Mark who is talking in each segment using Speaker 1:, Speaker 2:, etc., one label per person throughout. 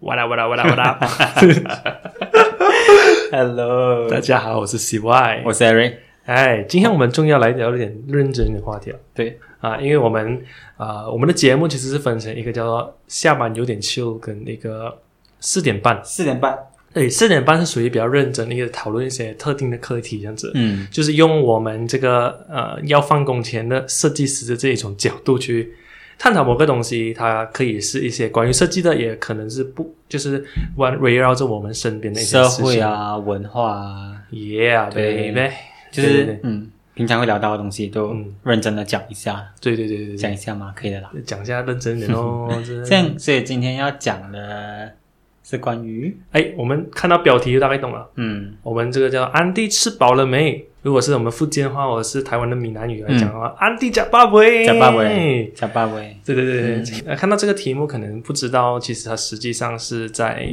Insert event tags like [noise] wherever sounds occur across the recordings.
Speaker 1: 哇啦哇啦哇啦哇啦！ [laughs]
Speaker 2: Hello，
Speaker 1: 大家好，我是 CY。
Speaker 2: 我是 Eric。
Speaker 1: 哎，今天我们终于要来聊一点认真的话题了
Speaker 2: 对，
Speaker 1: 啊，因为我们啊、呃我们的节目其实是分成一个叫做下班有点 chill 跟那个四点半。
Speaker 2: 四点半。
Speaker 1: 对，四点半是属于比较认真的一个讨论一些特定的课题，这样子。
Speaker 2: 嗯，
Speaker 1: 就是用我们这个呃要放工前的设计师的这一种角度去探讨某个东西，它可以是一些关于设计的，也可能是不就是围围绕着我们身边的一些
Speaker 2: 社
Speaker 1: 事情
Speaker 2: 会啊，文化啊，
Speaker 1: ，Yeah，
Speaker 2: 对
Speaker 1: 呗，
Speaker 2: 就
Speaker 1: 对
Speaker 2: 是嗯，平常会聊到的东西都
Speaker 1: 嗯
Speaker 2: 认真的讲一下，
Speaker 1: 对对对对对
Speaker 2: 讲一下嘛，可以的啦。
Speaker 1: 对，讲一下认真一点
Speaker 2: [laughs]
Speaker 1: 哦。真的
Speaker 2: 这样，所以今天要讲的是关于
Speaker 1: 哎，我们看到标题就大概懂了。
Speaker 2: 嗯
Speaker 1: 我们这个叫安迪吃饱了没？如果是我们福建话，我是台湾的闽南语来讲的话，安迪加巴维，
Speaker 2: 嗯加巴嗯维，加巴维，
Speaker 1: 对对对对，呃，看到这个题目，可能不知道，其实它实际上是在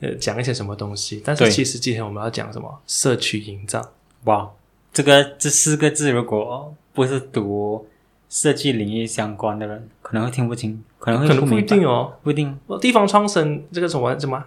Speaker 1: 呃讲一些什么东西，但是
Speaker 2: 对
Speaker 1: 其实今天我们要讲什么？社区营造。
Speaker 2: 哇，这个这四个字如果不是读设计领域相关的人，可能会听不清，可能会
Speaker 1: 可能不
Speaker 2: 明
Speaker 1: 一
Speaker 2: 白
Speaker 1: 定哦。
Speaker 2: 不一定。
Speaker 1: 哦地方创生这个什么什么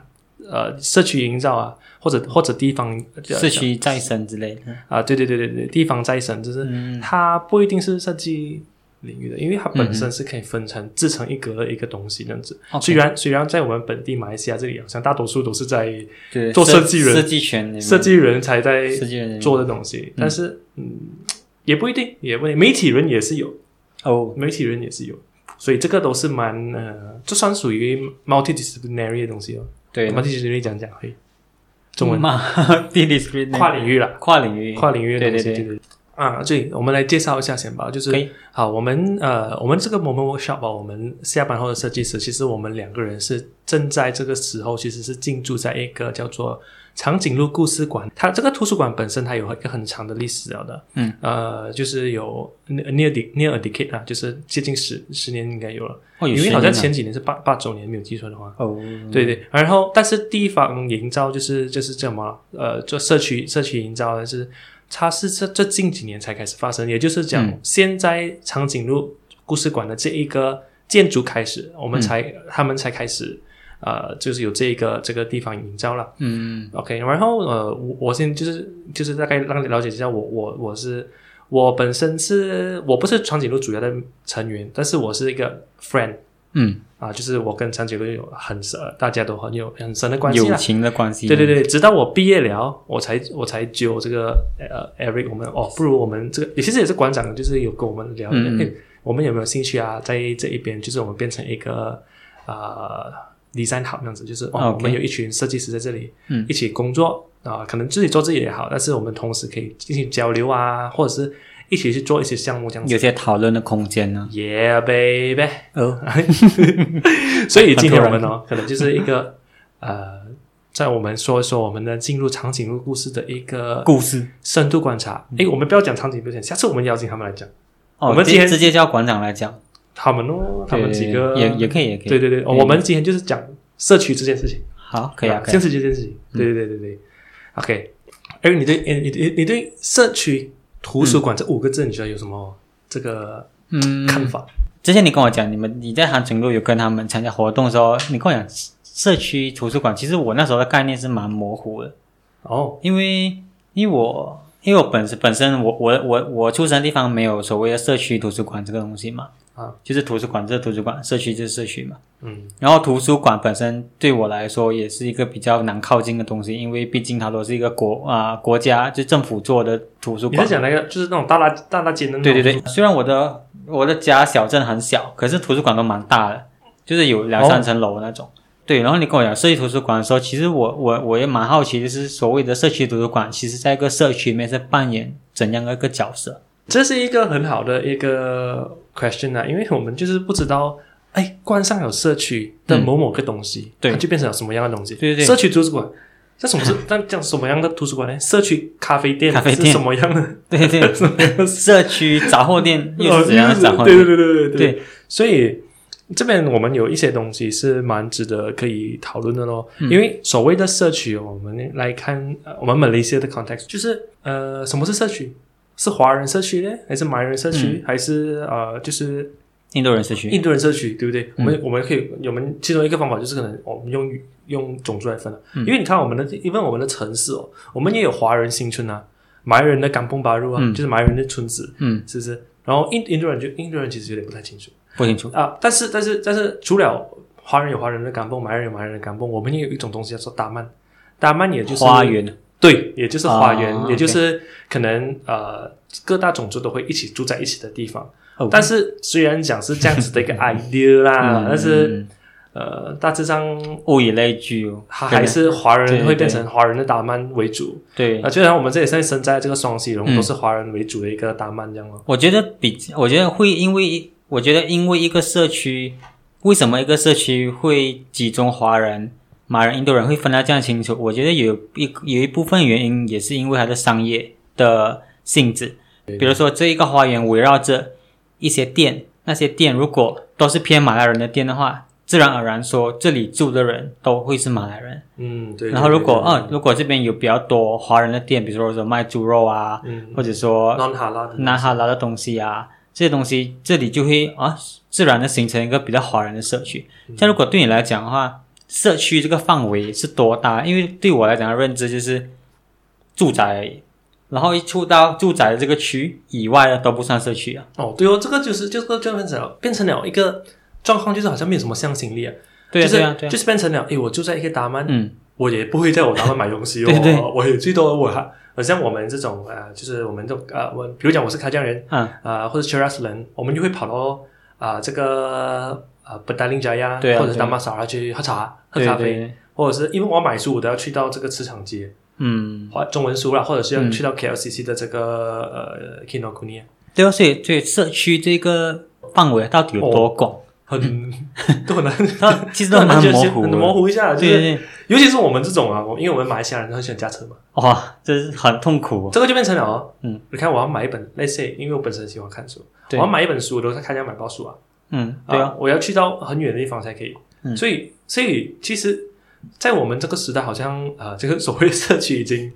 Speaker 1: 呃，社区营造啊，或者或者地方呃
Speaker 2: 社区再生之类的，
Speaker 1: 啊，对对对对对，地方再生，就是
Speaker 2: 嗯，
Speaker 1: 它不一定是设计领域的，因为它本身是可以分成自成一格的一个东西这样子。
Speaker 2: OK
Speaker 1: 虽然虽然在我们本地马来西亚这里，好像大多数都是在
Speaker 2: 对，
Speaker 1: 做设计人
Speaker 2: 设计圈里面，
Speaker 1: 设计人才在
Speaker 2: 设计人
Speaker 1: 做的东西，但是嗯，也不一定，也不一定，媒体人也是有，
Speaker 2: 哦，
Speaker 1: 媒体人也是有，所以这个都是蛮呃，就算属于 multidisciplinary 的东西哦。
Speaker 2: 对，嗯
Speaker 1: multidisciplinary 讲讲会，中文
Speaker 2: 嘛， [laughs] 地理 screen
Speaker 1: 跨领域啦，
Speaker 2: 跨领域，
Speaker 1: 跨领域的
Speaker 2: 对
Speaker 1: 东
Speaker 2: 对
Speaker 1: 西，
Speaker 2: 对，
Speaker 1: 对啊，对，我们来介绍一下先吧，就
Speaker 2: 可
Speaker 1: 是
Speaker 2: 以
Speaker 1: 好，我们呃，我们这个 moment workshop 啊，我们下班后的设计师，其实我们两个人是正在这个时候，其实是进驻在一个叫做长颈鹿故事馆，它这个图书馆本身它有一个很长的历史了的，
Speaker 2: 嗯，
Speaker 1: 呃，就是有 near de- near a decade 啊，就是接近十十年应该有了，
Speaker 2: 哦，有
Speaker 1: 因为
Speaker 2: 学
Speaker 1: 好像
Speaker 2: 历呢
Speaker 1: 前几年是八八九年没有记错的话，
Speaker 2: 哦，
Speaker 1: 对对，然后但是地方营造就是就是这么呃，做社区社区营造呢是，它是这这近几年才开始发生，也就是讲、
Speaker 2: 嗯
Speaker 1: 现在长颈鹿故事馆的这一个建筑开始，我们
Speaker 2: 嗯
Speaker 1: 才、他们才开始呃，就是有这一个这个地方营造了。
Speaker 2: 嗯，
Speaker 1: OK，然后呃，我我先就是就是大概让你了解一下我我我是。我本身是我不是长颈鹿主要的成员，但是我是一个 friend，
Speaker 2: 嗯
Speaker 1: 啊，就是我跟长颈鹿有很深，大家都很有很深的关
Speaker 2: 嗯，
Speaker 1: 系
Speaker 2: 友
Speaker 1: 啦。
Speaker 2: 情的关系，
Speaker 1: 对对，对，直到我毕业了，我才我才揪这个呃 Eric，我们哦，不如我们这个也其实也是馆长，就是有跟我们聊，
Speaker 2: 嗯嗯
Speaker 1: 诶我们有没有兴趣啊？在这一边，就是我们变成一个呃 design hub 那样子，就是哦
Speaker 2: OK
Speaker 1: 我们有一群设计师在这里，
Speaker 2: 嗯
Speaker 1: 一起工作啊、可能自己做自己也好，但是我们同时可以进行交流啊，或者是一起去做一些项目这样子。
Speaker 2: 有些讨论的空间呢，
Speaker 1: Yeah, baby.
Speaker 2: 哦，
Speaker 1: [laughs] 所以今天我们
Speaker 2: [laughs]
Speaker 1: 呢，可能就是一个呃，在我们说一说我们的进入长颈鹿故事的一个
Speaker 2: 故嗯事，
Speaker 1: 深度观察。诶，我们不要讲长颈鹿先，下次我们邀请他们来讲，
Speaker 2: 哦，
Speaker 1: 我们
Speaker 2: 直
Speaker 1: 今天
Speaker 2: 直接叫馆长来讲，
Speaker 1: 他们哦，他们
Speaker 2: 对
Speaker 1: 几个
Speaker 2: 嗯也也可以，也可以，
Speaker 1: 对对对，哦
Speaker 2: 可以
Speaker 1: 我们今天就是讲社区这件事情，
Speaker 2: 好，可以啊，可以嗯
Speaker 1: 社
Speaker 2: 啊，
Speaker 1: 区这件事情，对对对对对，OK。哎，你对，你你你对社区图书馆这五个字，你觉得有什么这个
Speaker 2: 嗯，
Speaker 1: 看法？
Speaker 2: 之前你跟我讲，你们你在长颈鹿有跟他们参加活动的时候，你跟我讲社社区图书馆，其实我那时候的概念是蛮模糊的，
Speaker 1: 哦，
Speaker 2: 因为因为我因为我本身本身我我我我出生的地方没有所谓的社区图书馆这个东西嘛，
Speaker 1: 啊，
Speaker 2: 就是图书馆就是图书馆，社区就是社区嘛。
Speaker 1: 嗯
Speaker 2: 然后图书馆本身对我来说也是一个比较难靠近的东西，因为毕竟它都是一个国啊、国家就政府做的图书
Speaker 1: 你
Speaker 2: 馆
Speaker 1: 在。讲那个就是那种大大大大间的那
Speaker 2: 对
Speaker 1: 种
Speaker 2: 对对，虽然我的我的家小镇很小，可是图书馆都蛮大的，就是有两
Speaker 1: 哦
Speaker 2: 三层楼那种。对，然后你跟我讲社区图书馆的时候，其实我我我也蛮好奇，就是所谓的社区图书馆，其实在一个社区里面是扮演怎样的一个角色？ [laughs]
Speaker 1: 这是一个很好的一个 question 啊，因为我们就是不知道，哎，关上有社区的某某个东西，
Speaker 2: 嗯对
Speaker 1: 它就变成了什么样的东西？
Speaker 2: 对对对
Speaker 1: 社区图书馆，这什么是？那讲什么样的图书馆呢？社区咖啡店
Speaker 2: 咖啡
Speaker 1: 是
Speaker 2: 店
Speaker 1: 什么样的？
Speaker 2: 对对，
Speaker 1: 什么 [laughs] 样的？
Speaker 2: 社区杂货店又是怎样的杂货
Speaker 1: 哦对对
Speaker 2: 店？
Speaker 1: 对对对
Speaker 2: 对，
Speaker 1: 所以这边我们有一些东西是蛮值得可以讨论的咯，因为所谓的社区哦，我们来看呃我们马来西亚的 context，就是嗯呃，什么是社区？是华人社区呢，还是马来人社区，还是呃，就是
Speaker 2: 印度人社区，
Speaker 1: 印度人社区，对不对？我
Speaker 2: 嗯
Speaker 1: 们我们可以，我们其中一个方法就是可能我们用用种族来分了、
Speaker 2: 嗯
Speaker 1: 因为你看我们的，因为我们的城市哦，我们也有华人新村啊，马来人的港崩巴入啊，
Speaker 2: 嗯
Speaker 1: 就是马来人的村子，
Speaker 2: 嗯，
Speaker 1: 是不是？然后印印度人就印度人其实有点不太清楚
Speaker 2: 不清楚，
Speaker 1: 啊，但是但是但是除了华人有华人的港崩，马来人有马来人的港崩，我们也有一种东西叫做达曼，达曼也就是
Speaker 2: 花园，
Speaker 1: 对，也就是花园，
Speaker 2: 啊
Speaker 1: 也就是可能呃各大种族都会一起住在一起的地方。
Speaker 2: 哦
Speaker 1: 但是虽然讲是这样子的一
Speaker 2: [laughs]
Speaker 1: 个 idea
Speaker 2: 嗯
Speaker 1: 啦，但是呃大致上
Speaker 2: 物以类聚哦，
Speaker 1: 它
Speaker 2: 真
Speaker 1: 还
Speaker 2: 的
Speaker 1: 是华
Speaker 2: 对
Speaker 1: 人
Speaker 2: 对
Speaker 1: 会变成华人的达曼为主
Speaker 2: 对
Speaker 1: 啊、就像我们这里现在身在这个双溪龙，
Speaker 2: 嗯
Speaker 1: 都是华人为主的一个达曼这样咯。
Speaker 2: 我觉得比，我觉得会因为，我觉得因为一个社区，为什么一个社区会集中华人、马来人、印度人会分得这样清楚？我觉得有一有一部分原因也是因为它的商业的性质，比如说这一个花园围绕着一些店，那些店如果都是偏马来人的店的话，自然而然说这里住的人都会是马来人。
Speaker 1: 嗯，对。
Speaker 2: 然后如果
Speaker 1: 嗯
Speaker 2: 哦，如果这边有比较多华人的店，比如说有卖猪肉啊，
Speaker 1: 嗯，
Speaker 2: 或者说
Speaker 1: 南哈拉的
Speaker 2: 拿哈拉的东西啊，这些东西这里就会啊自然的形成一个比较华人的社区。
Speaker 1: 嗯
Speaker 2: 但如果对你来讲的话，社区这个范围是多大？因为对我来讲的认知就是住宅而已，然后一出到住宅的这个区以外的都不算社区啊。
Speaker 1: 哦，对哦，这个就是这个就变成了变成了一个状况，就是好像没有什么向心力啊，
Speaker 2: 对啊，
Speaker 1: 就是
Speaker 2: 对啊，对啊，
Speaker 1: 就是变成了，诶，我住在一个达曼，
Speaker 2: 嗯，
Speaker 1: 我也不会在我那边买东西哦，
Speaker 2: [laughs] 对对
Speaker 1: 我也最多我还，好像我们这种呃，就是我们这种呃，我比如讲我是开江人
Speaker 2: 嗯，
Speaker 1: 啊、呃，或者 Cheras 人，我们就会跑到啊、呃这个呃布达林加呀，
Speaker 2: 对啊
Speaker 1: 或者
Speaker 2: 对
Speaker 1: 是达马萨拉去喝茶、喝
Speaker 2: 对
Speaker 1: 咖
Speaker 2: 对
Speaker 1: 啡，
Speaker 2: 对，
Speaker 1: 或者是因为我要买书，我都要去到这个市场街，
Speaker 2: 嗯，
Speaker 1: 或中文书啦，或者是要
Speaker 2: 嗯
Speaker 1: 去到 KLCC 的这个呃 Kinokuniya，
Speaker 2: 对啊，所以所以社区这个范围到底有多广？
Speaker 1: 很 [laughs] 都很难，
Speaker 2: 它嗯 [laughs] 其实都蛮
Speaker 1: 哦 [laughs] 就是
Speaker 2: 模糊的，
Speaker 1: 很模糊一啊下，就
Speaker 2: 对对
Speaker 1: 是
Speaker 2: 对，
Speaker 1: 尤其是我们这种啊，我因为我们马来西亚人很喜欢驾车嘛。
Speaker 2: 哇，这是很痛苦哦。
Speaker 1: 这个就变成了哦，
Speaker 2: 嗯，
Speaker 1: 你看我要买一本，类似，因为我本身喜欢看书，我
Speaker 2: 对
Speaker 1: 要买一本书，我都在开家买包书啊，
Speaker 2: 嗯，对啊，
Speaker 1: 我要去到很远的地方才可以，
Speaker 2: 嗯
Speaker 1: 所以，所以其实，在我们这个时代，好像呃，这个所谓的社区已经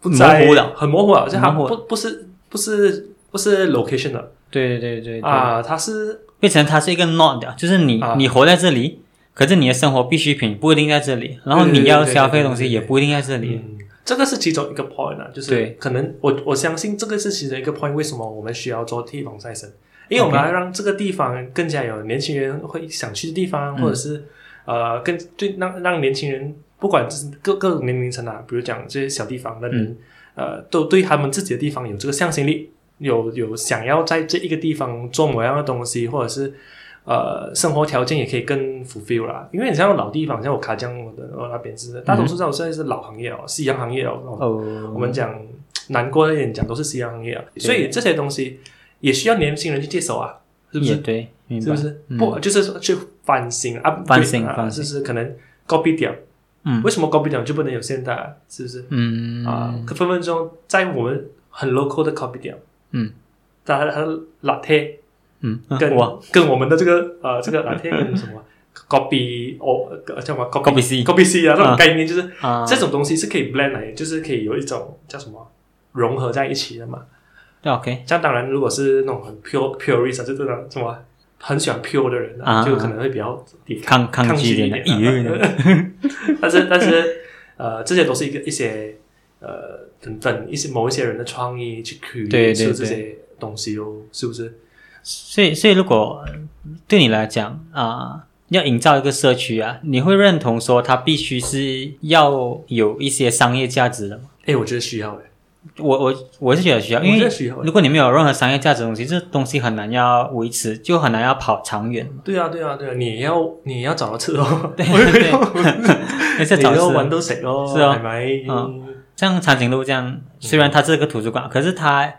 Speaker 1: 不再
Speaker 2: 模糊了，
Speaker 1: 很模糊了，就它
Speaker 2: 模糊
Speaker 1: 不不是不是不是 location 了
Speaker 2: 对对对对对。
Speaker 1: 啊，它是
Speaker 2: 变成它是一个 not 的，就是你、
Speaker 1: 啊
Speaker 2: 你活在这里，可是你的生活必需品不一定在这里，然后
Speaker 1: 对对
Speaker 2: 你
Speaker 1: 对
Speaker 2: 要
Speaker 1: 对
Speaker 2: 消费
Speaker 1: 对
Speaker 2: 的东
Speaker 1: 对
Speaker 2: 西也
Speaker 1: 对
Speaker 2: 不一定在这里。
Speaker 1: 嗯，这个是其中一个 point 啊，就是
Speaker 2: 对
Speaker 1: 可能我我相信这个是其中一个 point，为什么我们需要做地方再生？因为我们
Speaker 2: OK
Speaker 1: 要让这个地方更加有年轻人会想去的地方，
Speaker 2: 嗯
Speaker 1: 或者是呃，更对让让年轻人不管是各各种年龄层啊，比如讲这些小地方的
Speaker 2: 嗯
Speaker 1: 人，呃，都对他们自己的地方有这个向心力，有有想要在这一个地方做某样的东西，或者是。呃，生活条件也可以更 fulfill 啦，因为你像老地方，像我卡江我的我呃那边是，大多数这种现在是老行业哦，夕阳行业哦，那种
Speaker 2: 哦，
Speaker 1: 我们讲难过一点讲都是夕阳行业啊，所以这些东西也需要年轻人去接手啊，是不
Speaker 2: 也
Speaker 1: 是？
Speaker 2: 对，明
Speaker 1: 是不
Speaker 2: 白？
Speaker 1: 是？
Speaker 2: 嗯
Speaker 1: 不，就是说去翻新啊，
Speaker 2: 翻新
Speaker 1: 啊，
Speaker 2: 翻
Speaker 1: 是
Speaker 2: 新
Speaker 1: 不是？可能高逼点，
Speaker 2: 嗯
Speaker 1: 为什么高逼点就不能有现代啊？是不是？
Speaker 2: 嗯
Speaker 1: 啊，可分分钟在我们很 local 的 copy 点，
Speaker 2: 嗯，
Speaker 1: 它它的 latte
Speaker 2: 嗯，
Speaker 1: 跟
Speaker 2: 哇
Speaker 1: 跟我们的这个呃这个
Speaker 2: [laughs]
Speaker 1: latte 跟什么 copy 哦呃叫什么
Speaker 2: Kopi C
Speaker 1: copy C 啊，这种
Speaker 2: 啊
Speaker 1: 概念就是
Speaker 2: 啊，
Speaker 1: 这种东西是可以 blend 来，就是可以有一种叫什么融合在一起的嘛。
Speaker 2: 对 OK，
Speaker 1: 像当然，如果是那种很 pure purist，就是那啊种什么很喜欢 pure 的人啊，
Speaker 2: 啊
Speaker 1: 就可能会比较抵抗。
Speaker 2: 抗
Speaker 1: 抗拒
Speaker 2: 拒
Speaker 1: 一
Speaker 2: 点的，
Speaker 1: 点啊
Speaker 2: 咦，
Speaker 1: [laughs] 但是但是呃，这些都是一个一些呃等等一些某一些人的创意去 c r
Speaker 2: 对
Speaker 1: e
Speaker 2: 对
Speaker 1: 这些东西哦，是不是？
Speaker 2: 所以所以如果对你来讲啊。要营造一个社区啊，你会认同说它必须是要有一些商业价值的吗？
Speaker 1: 哎，我觉得需要哎，
Speaker 2: 我我我是觉得需要，因
Speaker 1: 我觉
Speaker 2: 为
Speaker 1: 得需要诶。
Speaker 2: 如果你没有任何商业价值的东西，这东西很难要维持，就很难要跑
Speaker 1: [laughs]
Speaker 2: 长远。
Speaker 1: 对啊，对啊，对啊，你要你要找到吃哦，
Speaker 2: 对对，而且 [laughs]
Speaker 1: 你
Speaker 2: 早
Speaker 1: 要玩
Speaker 2: 市，
Speaker 1: 到食哦，
Speaker 2: 是哦
Speaker 1: 系咪？
Speaker 2: 嗯像长颈鹿这样，虽然它是个图书馆，可是它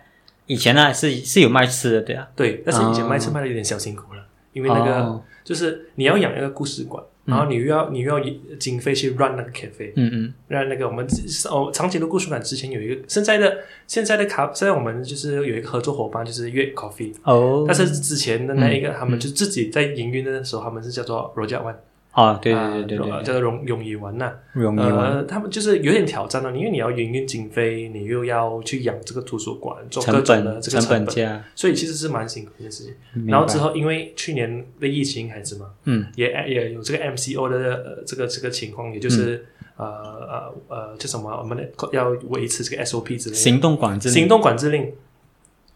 Speaker 2: 以前呢是是有卖吃的，对啊，
Speaker 1: 对，但是以前
Speaker 2: 哦
Speaker 1: 卖车卖的有点小辛苦了，因为那个
Speaker 2: 哦
Speaker 1: 就是你要养一个故事馆，
Speaker 2: 嗯
Speaker 1: 然后你又要你又要经费去 run 那个 cafe，
Speaker 2: 嗯嗯，
Speaker 1: 让那个我们哦长颈鹿故事馆之前有一个现在的现在的卡，现在我们就是有一个合作伙伴就是月 coffee，
Speaker 2: 哦，嗯
Speaker 1: 但是之前的那一个他们就自己在营运的时候，他们是叫做 Roger One，
Speaker 2: 啊，对
Speaker 1: 啊
Speaker 2: 对对对
Speaker 1: 呃
Speaker 2: 对，
Speaker 1: 叫做泳泳语文呐、
Speaker 2: 容易哦玩，
Speaker 1: 呃，他们就是有点挑战了、因为你要营运经费，你又要去养这个图书馆，做各
Speaker 2: 成
Speaker 1: 种的
Speaker 2: 本
Speaker 1: 呃这个
Speaker 2: 成
Speaker 1: 成
Speaker 2: 本
Speaker 1: 本，
Speaker 2: 价，
Speaker 1: 所以其实是蛮辛苦的事情。
Speaker 2: 明
Speaker 1: 然后
Speaker 2: 白
Speaker 1: 之后，因为去年的疫情还是嘛，
Speaker 2: 嗯，
Speaker 1: 也也有这个 MCO 的呃这个这个情况，也
Speaker 2: 嗯
Speaker 1: 就是、呃呃呃叫什么，我们的要维持这个 SOP 之类的
Speaker 2: 行动管制，
Speaker 1: 行动管制令，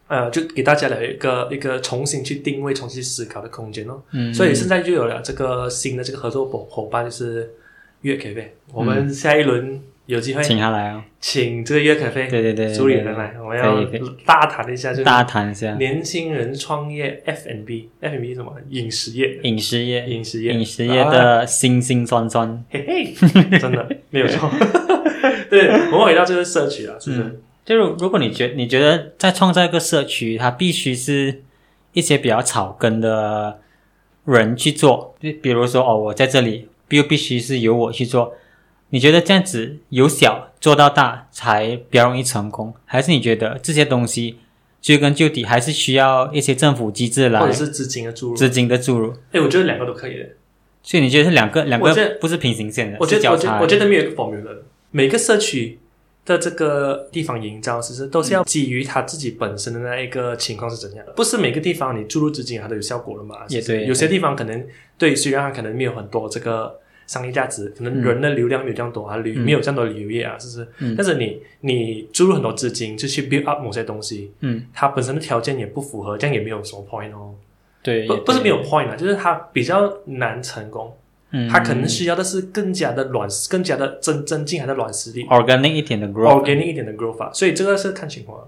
Speaker 1: 呃，就给大家了一个一个重新去定位、重新思考的空间哦。
Speaker 2: 嗯，
Speaker 1: 所以现在就有了这个新的这个合作伙伙伴，就是月咖啡。我们下一轮有机会
Speaker 2: 嗯请他来哦，
Speaker 1: 请这个月咖
Speaker 2: 对
Speaker 1: 啡
Speaker 2: 对对对对，
Speaker 1: 主理人来，我们要
Speaker 2: 可以可
Speaker 1: 大谈一下，就是
Speaker 2: 大家谈一下
Speaker 1: 年轻人创业 F&B，F&B 是什么？饮食业，
Speaker 2: 饮食业，
Speaker 1: 饮食业，啊
Speaker 2: 饮食业的辛辛酸酸，
Speaker 1: 嘿嘿，真的没有
Speaker 2: [laughs]
Speaker 1: 错。对，我们回到这个社区啊，是不
Speaker 2: 嗯
Speaker 1: 是？
Speaker 2: 就是如果你觉你觉得在创造一个社区，它必须是一些比较草根的人去做，就比如说哦，我在这里必必须是由我去做。你觉得这样子由小做到大才比较容易成功，还是你觉得这些东西追根究底还是需要一些政府机制
Speaker 1: 或
Speaker 2: 来
Speaker 1: 者是资金的注入？
Speaker 2: 资金的注入？
Speaker 1: 哎，我觉得两个都可以的。
Speaker 2: 所以你觉得是两个两
Speaker 1: 我觉得
Speaker 2: 个不是平行线的，
Speaker 1: 我觉
Speaker 2: 是
Speaker 1: 得，
Speaker 2: 交
Speaker 1: 我觉
Speaker 2: 叉
Speaker 1: 得，
Speaker 2: 的
Speaker 1: 我觉得没有一个 formula，每个社区的这个地方营造，其实都
Speaker 2: 嗯
Speaker 1: 是要基于它自己本身的那一个情况是怎样的。不是每个地方你注入资金它都有效果的嘛？
Speaker 2: 也
Speaker 1: 其实
Speaker 2: 对
Speaker 1: 有些地方可能对，虽然它可能没有很多这个商业价值，可能人的流量没有这样多啊，旅、
Speaker 2: 嗯
Speaker 1: 没有这样多的旅游业啊，是不是？
Speaker 2: 嗯
Speaker 1: 但是你你注入很多资金就去 build up 某些东西，
Speaker 2: 嗯，
Speaker 1: 它本身的条件也不符合，这样也没有什么 point 哦。
Speaker 2: 对，
Speaker 1: 不
Speaker 2: 也
Speaker 1: 不是
Speaker 2: 对
Speaker 1: 没有，point 啊，就是它比较难成功。
Speaker 2: 嗯，
Speaker 1: 他可能需要的是更加的软，更加的增增进他的软实力
Speaker 2: organic 一点的 growth，
Speaker 1: ，organic 一点的 growth 法。所以这个是看情况，啊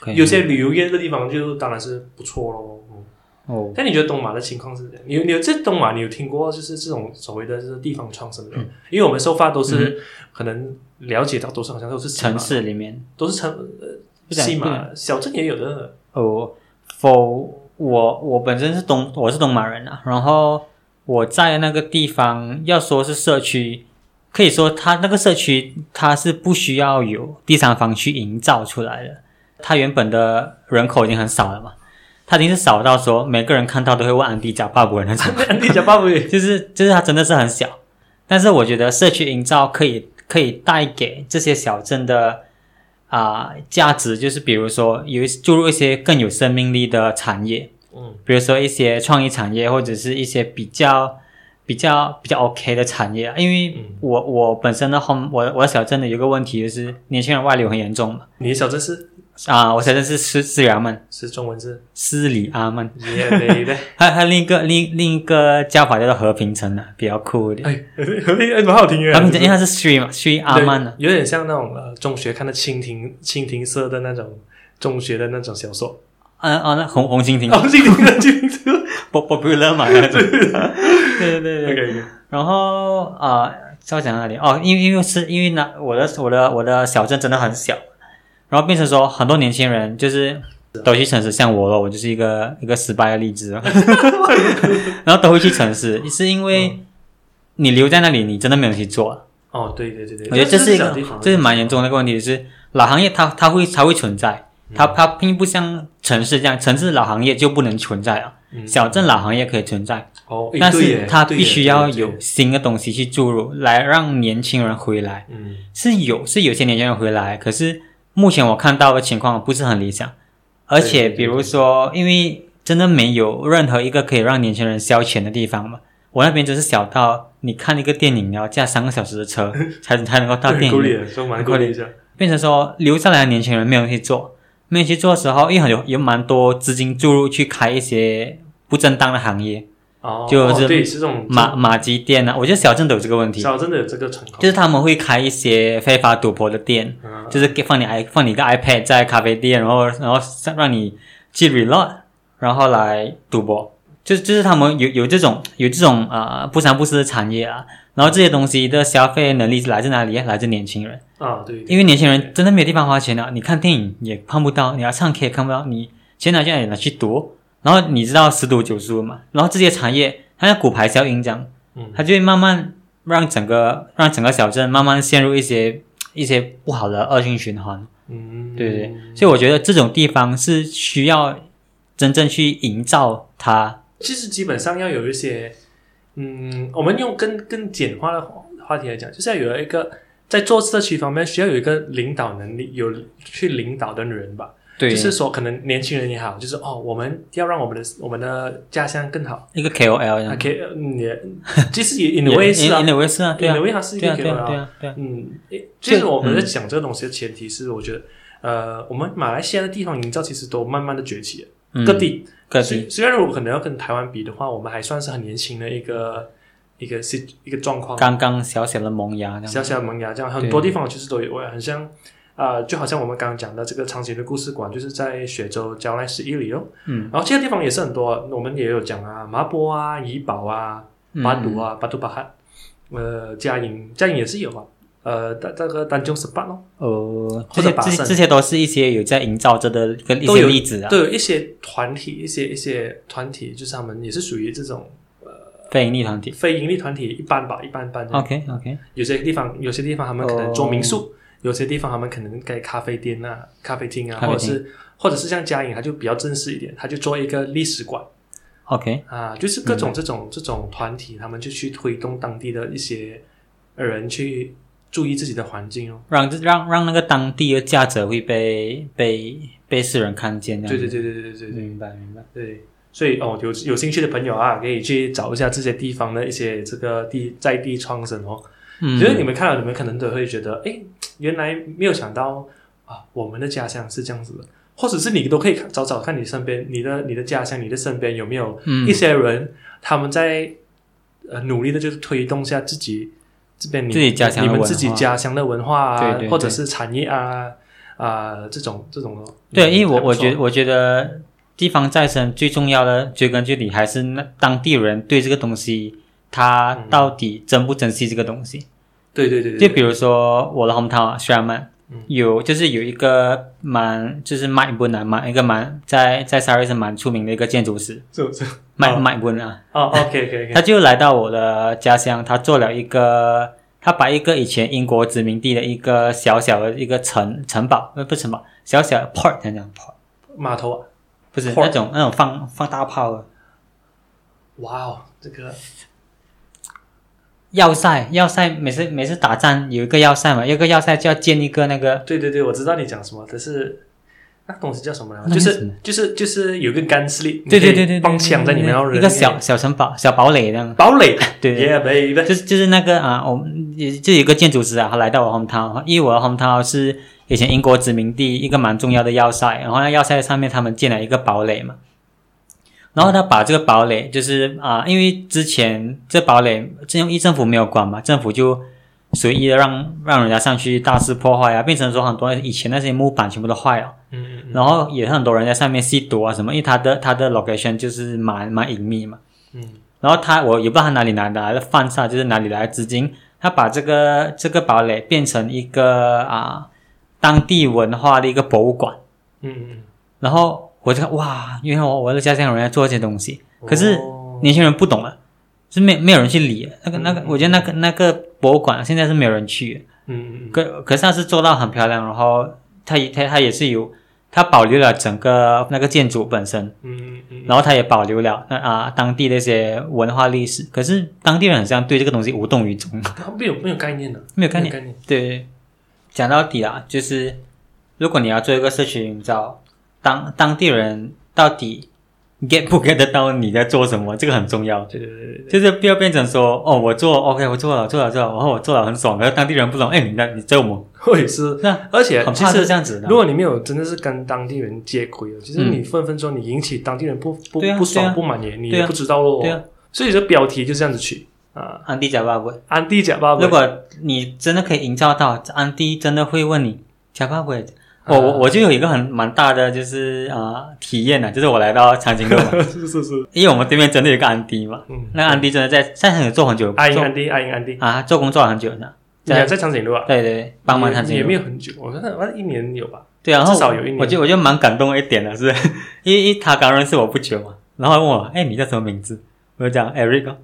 Speaker 2: 可以
Speaker 1: 有些旅游业的地方就当然是不错喽。嗯
Speaker 2: 哦，
Speaker 1: 但你觉得东马的情况是怎样？你有你有这东马，你有听过就是这种所谓的就是地方创生的？
Speaker 2: 嗯
Speaker 1: 因为我们收发都是、可能了解到都是好像都是西马
Speaker 2: 城，市里面
Speaker 1: 都是城呃
Speaker 2: 不然
Speaker 1: 西
Speaker 2: 不
Speaker 1: 马小镇也有的。 [laughs]
Speaker 2: 哦，否，我我本身是东我是东马人啊，然后我在那个地方要说是社区，可以说它那个社区它是不需要有第三方去营造出来的，它原本的人口已经很少了嘛，它已经是少到说每个人看到都会问安迪加巴布的那种。
Speaker 1: 你讲巴不也
Speaker 2: 就是就是它真的是很小，但是我觉得社区营造可以可以带给这些小镇的啊、价值，就是比如说有一注入一些更有生命力的产业，
Speaker 1: 嗯，
Speaker 2: 比如说一些创意产业或者是一些比较比较比较 OK 的产业啊，因为
Speaker 1: 嗯
Speaker 2: 我我本身的 home 我我小镇的有一个问题就是年轻人外流很严重嘛
Speaker 1: 你的小镇是
Speaker 2: 啊、我小镇是斯斯里阿曼
Speaker 1: 是中文
Speaker 2: [laughs]
Speaker 1: 是
Speaker 2: 斯里阿曼，
Speaker 1: 耶对对，
Speaker 2: 还还有另一个另另一个叫法叫做和平城啊，比较酷一点。
Speaker 1: 哎， [laughs] 哎蛮好听的。
Speaker 2: 和平城因为它是 stream 嘛，stream 阿
Speaker 1: 对，
Speaker 2: 曼呢，
Speaker 1: 有点像那种呃中学看的蜻蜓蜻蜓社的那种中学的那种小说， [laughs]
Speaker 2: 啊啊，那红红蜻蜓
Speaker 1: 哦，蜻蜓的蜻蜓社
Speaker 2: pop-，popular 嘛，对对对 [laughs] 对。
Speaker 1: ，OK，
Speaker 2: 然后啊，要讲哪里？哦，因为因为是因为呢，我的我的我的小镇真的很小，然后变成说很多年轻人就是都去城市，像我咯，我就是一个一个失败的例子哦，然后都会去城市，是因为你留在那里，你真的没有去做。
Speaker 1: 哦，对对对对，
Speaker 2: 我觉得这是一
Speaker 1: 小
Speaker 2: 个
Speaker 1: 地方，
Speaker 2: 这是蛮严重的一个问题，就是老行业它它会它会存在，
Speaker 1: 嗯
Speaker 2: 它它并不像城市这样，城市老行业就不能存在啊，
Speaker 1: 嗯
Speaker 2: 小镇老行业可以存在，
Speaker 1: 哦，哎
Speaker 2: 但
Speaker 1: 对耶
Speaker 2: 是它
Speaker 1: 对
Speaker 2: 必
Speaker 1: 耶
Speaker 2: 须要
Speaker 1: 对耶
Speaker 2: 有新的东西去注入，来让年轻人回来。
Speaker 1: 嗯
Speaker 2: 是有是有些年轻人回来，可是目前我看到的情况不是很理想，而且
Speaker 1: 对对对
Speaker 2: 比如说，因为真的没有任何一个可以让年轻人消遣的地方嘛。我那边真是小到，你看一个电影，你要驾三个小时
Speaker 1: [laughs]
Speaker 2: 的车才才能够到
Speaker 1: 对
Speaker 2: 电
Speaker 1: 鼓
Speaker 2: 影
Speaker 1: 励
Speaker 2: 院，
Speaker 1: 耶说蛮鼓励一下，
Speaker 2: 变成说留下来的年轻人没有去做，没有去做的时候，因为很有有蛮多资金注入去开一些不正当的行业，
Speaker 1: 哦，
Speaker 2: 就是
Speaker 1: 哦对是这种
Speaker 2: 马马鸡店啊，我觉得小镇都有这个问题，
Speaker 1: 小镇的有这个情况，
Speaker 2: 就是他们会开一些非法赌博的店，
Speaker 1: 嗯
Speaker 2: 就是给放你 i 放你一个 iPad 在咖啡店，然后然后让你去 reload，然后来赌博，就是就是他们有有这种有这种呃不三不四的产业啊，然后这些东西的消费能力是来自哪里？来自年轻人，
Speaker 1: 啊，对，对
Speaker 2: 因为年轻人真的没有地方花钱了、你看电影也看不到，你要唱 K 也看不到，你钱拿去哪里拿去赌？然后你知道十赌九输嘛？然后这些产业，它的骨牌效应讲，
Speaker 1: 嗯
Speaker 2: 它就会慢慢让整个让整个小镇慢慢陷入一些一些不好的恶性循环。
Speaker 1: 嗯，
Speaker 2: 对对，所以我觉得这种地方是需要真正去营造它。
Speaker 1: 其实基本上要有一些嗯，我们用更更简化的话话题来讲，就是要有一个在做社区方面需要有一个领导能力，有去领导的人吧。
Speaker 2: 对，
Speaker 1: 就是说可能年轻人也好，就是哦，我们要让我们的我们的家乡更好。
Speaker 2: 一个 KOL 一样。
Speaker 1: OK，嗯也其
Speaker 2: [laughs]
Speaker 1: 实也 in a way 是啊
Speaker 2: in a way 是啊，对啊
Speaker 1: in，a way 它是一个
Speaker 2: 对啊，对
Speaker 1: KOL
Speaker 2: 啊，对啊，对啊，
Speaker 1: 嗯，诶其实我们在讲这个东西的前提是，我觉得，呃，我们马来西亚的地方营造其实都慢慢的崛起了，
Speaker 2: 嗯
Speaker 1: 各地。
Speaker 2: 各地
Speaker 1: 虽虽然我可能要跟台湾比的话，我们还算是很年轻的一个一个是一个状况，
Speaker 2: 刚刚小小的萌芽这样。
Speaker 1: 小小的萌芽这样，很多地方其实都有，我很像。啊、就好像我们刚刚讲的这个长崎的故事馆，就是在雪州郊外市一里哦。
Speaker 2: 嗯，
Speaker 1: 然后这些地方也是很多，我们也有讲啊，麻坡啊、怡保啊，巴
Speaker 2: 嗯
Speaker 1: 杜啊，巴杜巴哈，呃，嘉颖，嘉颖也是有啊，呃，大这个丹中十八咯，
Speaker 2: 呃，
Speaker 1: 或
Speaker 2: 这
Speaker 1: 者
Speaker 2: 些
Speaker 1: 把
Speaker 2: 这些
Speaker 1: 胜
Speaker 2: 这些都是一些有在营造着的跟一
Speaker 1: 都
Speaker 2: 些
Speaker 1: 有
Speaker 2: 例子啊，
Speaker 1: 都有一些团体，一些一些团体，就是他们也是属于这种
Speaker 2: 非盈利团体。
Speaker 1: 非盈利团体，一般吧，一般般的。
Speaker 2: OK OK，
Speaker 1: 有些地方，有些地方他们可能做
Speaker 2: 哦
Speaker 1: 民宿，有些地方他们可能盖咖啡店啊、咖啡厅啊，
Speaker 2: 咖啡
Speaker 1: 或者
Speaker 2: 厅
Speaker 1: 是或者是像嘉颖，他就比较正式一点，他就做一个历史馆。
Speaker 2: OK，
Speaker 1: 啊，就是各
Speaker 2: 嗯
Speaker 1: 种这种、这种团体，他们就去推动当地的一些人去注意自己的环境哦。
Speaker 2: 让让让那个当地的价值会被被被世人看见，这样
Speaker 1: 对
Speaker 2: 子
Speaker 1: 对对对对对对对
Speaker 2: 明白明白。
Speaker 1: 对，所以哦，有有兴趣的朋友啊，可以去找一下这些地方的一些这个地在地创生哦。
Speaker 2: 嗯，
Speaker 1: 所以你们看到，你们可能都会觉得，哎，原来没有想到啊，我们的家乡是这样子的，或者是你都可以看找找看你身边、你的、你的家乡、你的身边有没有
Speaker 2: 嗯
Speaker 1: 一些人，他们在呃努力的，就是推动一下自己呃这边你
Speaker 2: 自己家乡的
Speaker 1: 你们
Speaker 2: 文
Speaker 1: 自己
Speaker 2: 化
Speaker 1: 家乡的文化啊，
Speaker 2: 对对
Speaker 1: 或者
Speaker 2: 对
Speaker 1: 是产业啊啊、这种这种咯
Speaker 2: 对，因为
Speaker 1: 还
Speaker 2: 我
Speaker 1: 不
Speaker 2: 我
Speaker 1: 错
Speaker 2: 觉得我觉得地方再生最重要的追根究底还是那当地人对这个东西他
Speaker 1: 嗯
Speaker 2: 到底珍不珍惜这个东西。
Speaker 1: 对对对对，对
Speaker 2: 就比如说我的 hometown 啊 Sherman，、
Speaker 1: 嗯
Speaker 2: 有就是有一个蛮就是麦布南蛮一个蛮在在 Surrey 是蛮出名的一个建筑师
Speaker 1: 这这
Speaker 2: 麦
Speaker 1: 哦
Speaker 2: 麦布南，
Speaker 1: 哦，OK OK OK，
Speaker 2: 啊他就来到我的家乡，他做了一个。他把一个以前英国殖民地的一个小小的一个城城堡，呃，不是城堡，小小的 port，讲讲 port，
Speaker 1: 码头啊，
Speaker 2: 不是
Speaker 1: Port
Speaker 2: 那种那种放放大炮的
Speaker 1: 哇哦，这个
Speaker 2: 要塞，要塞每次每次打仗有一个要塞嘛，有一个要塞就要建一个那个
Speaker 1: 对对对，我知道你讲什么，可是那东西叫什么来着？
Speaker 2: 那
Speaker 1: 就是
Speaker 2: 什
Speaker 1: 是
Speaker 2: 么
Speaker 1: 就是就是有一个干势力，
Speaker 2: 对对对对，对
Speaker 1: 帮枪在里面，然后人
Speaker 2: 一个小小城堡、小堡垒这样。
Speaker 1: 堡垒，
Speaker 2: 对
Speaker 1: y e
Speaker 2: 对
Speaker 1: a h baby，
Speaker 2: 就是就是那个啊，我们也就有一个建筑师啊，他来到我 hometown，因为我的 hometown 是以前英国殖民地一个蛮重要的要塞，然后那要塞上面他们建了一个堡垒嘛，然后他把这个堡垒就是啊，因为之前这堡垒这一政府没有管嘛，政府就随意的让让人家上去大肆破坏啊，变成说很多以前那些木板全部都坏了，
Speaker 1: 嗯嗯
Speaker 2: 然后也很多人在上面吸毒啊什么，因为他的他的 location 就是蛮蛮隐秘嘛。
Speaker 1: 嗯
Speaker 2: 然后他我也不知道他哪里拿来的犯煞，就是哪里来的资金，他把这个这个堡垒变成一个啊当地文化的一个博物馆。
Speaker 1: 嗯嗯
Speaker 2: 然后我就看哇，原来我我的家乡有人在做这些东西，
Speaker 1: 嗯，
Speaker 2: [laughs] 可是
Speaker 1: 哦
Speaker 2: 年轻人不懂了，啊是没没有人去理那个那个
Speaker 1: 嗯，
Speaker 2: 我觉得那个那个博物馆现在是没有人去的，
Speaker 1: 嗯嗯嗯
Speaker 2: 可可是它是做到很漂亮，然后它也它它也是有它保留了整个那个建筑本身。
Speaker 1: 嗯嗯嗯，
Speaker 2: 然后它也保留了那啊、当地的一些文化历史，可是当地人好像对这个东西无动于衷，
Speaker 1: 他没有没有概念的，
Speaker 2: 没有概
Speaker 1: 没有
Speaker 2: 念。
Speaker 1: 概念，
Speaker 2: 对，讲到底啊，就是如果你要做一个社区营造，当当地人到底 get 不 get 得到你在做什么，这个很重要。
Speaker 1: 对对对对对，
Speaker 2: 就是不要变成说哦，我做 OK，我做了，做了，做了，然后我做了很爽，可是当地人不懂，哎，你那你揍我，
Speaker 1: 或者是，
Speaker 2: 那
Speaker 1: 而且
Speaker 2: 很
Speaker 1: 其
Speaker 2: 怕
Speaker 1: 实
Speaker 2: 是这样子的啊
Speaker 1: 如。果你没有真的是跟当地人接轨了，哦其实
Speaker 2: 嗯
Speaker 1: 你分分钟你引起当地人不不
Speaker 2: 对啊
Speaker 1: 不
Speaker 2: 对
Speaker 1: 爽
Speaker 2: 啊
Speaker 1: 不满也你
Speaker 2: 对
Speaker 1: 也
Speaker 2: 啊
Speaker 1: 不知道咯，
Speaker 2: 对啊，
Speaker 1: 所以这标题就这样子取啊，
Speaker 2: 安迪贾巴布，
Speaker 1: 安迪假爸爸
Speaker 2: 如果你真的可以营造到安迪真的会问你假发鬼，
Speaker 1: 啊
Speaker 2: 哦我我我就有一个很蛮大的就是啊、呃体验呢、就是我来到长颈鹿嘛，
Speaker 1: [laughs]
Speaker 2: [laughs]
Speaker 1: 是是是，
Speaker 2: 因为我们对面真的有一个安迪嘛，
Speaker 1: 嗯，
Speaker 2: 那安迪真的在在长颈鹿做很久，
Speaker 1: 阿英
Speaker 2: 做
Speaker 1: 安迪，阿英安迪，
Speaker 2: 啊做工作很久呢，
Speaker 1: 你还
Speaker 2: 在
Speaker 1: 在长颈鹿啊？
Speaker 2: 对对对，帮忙长
Speaker 1: 也也
Speaker 2: 颈
Speaker 1: 没
Speaker 2: 鹿，
Speaker 1: 有很久，我看我看一年有吧？
Speaker 2: 对啊，然后
Speaker 1: 至少有一年
Speaker 2: 我就我就蛮感动的一点的是， [laughs] 因为因为他刚认识我不久嘛，然后问我哎你叫什么名字，我就讲 Eric，Eric、哦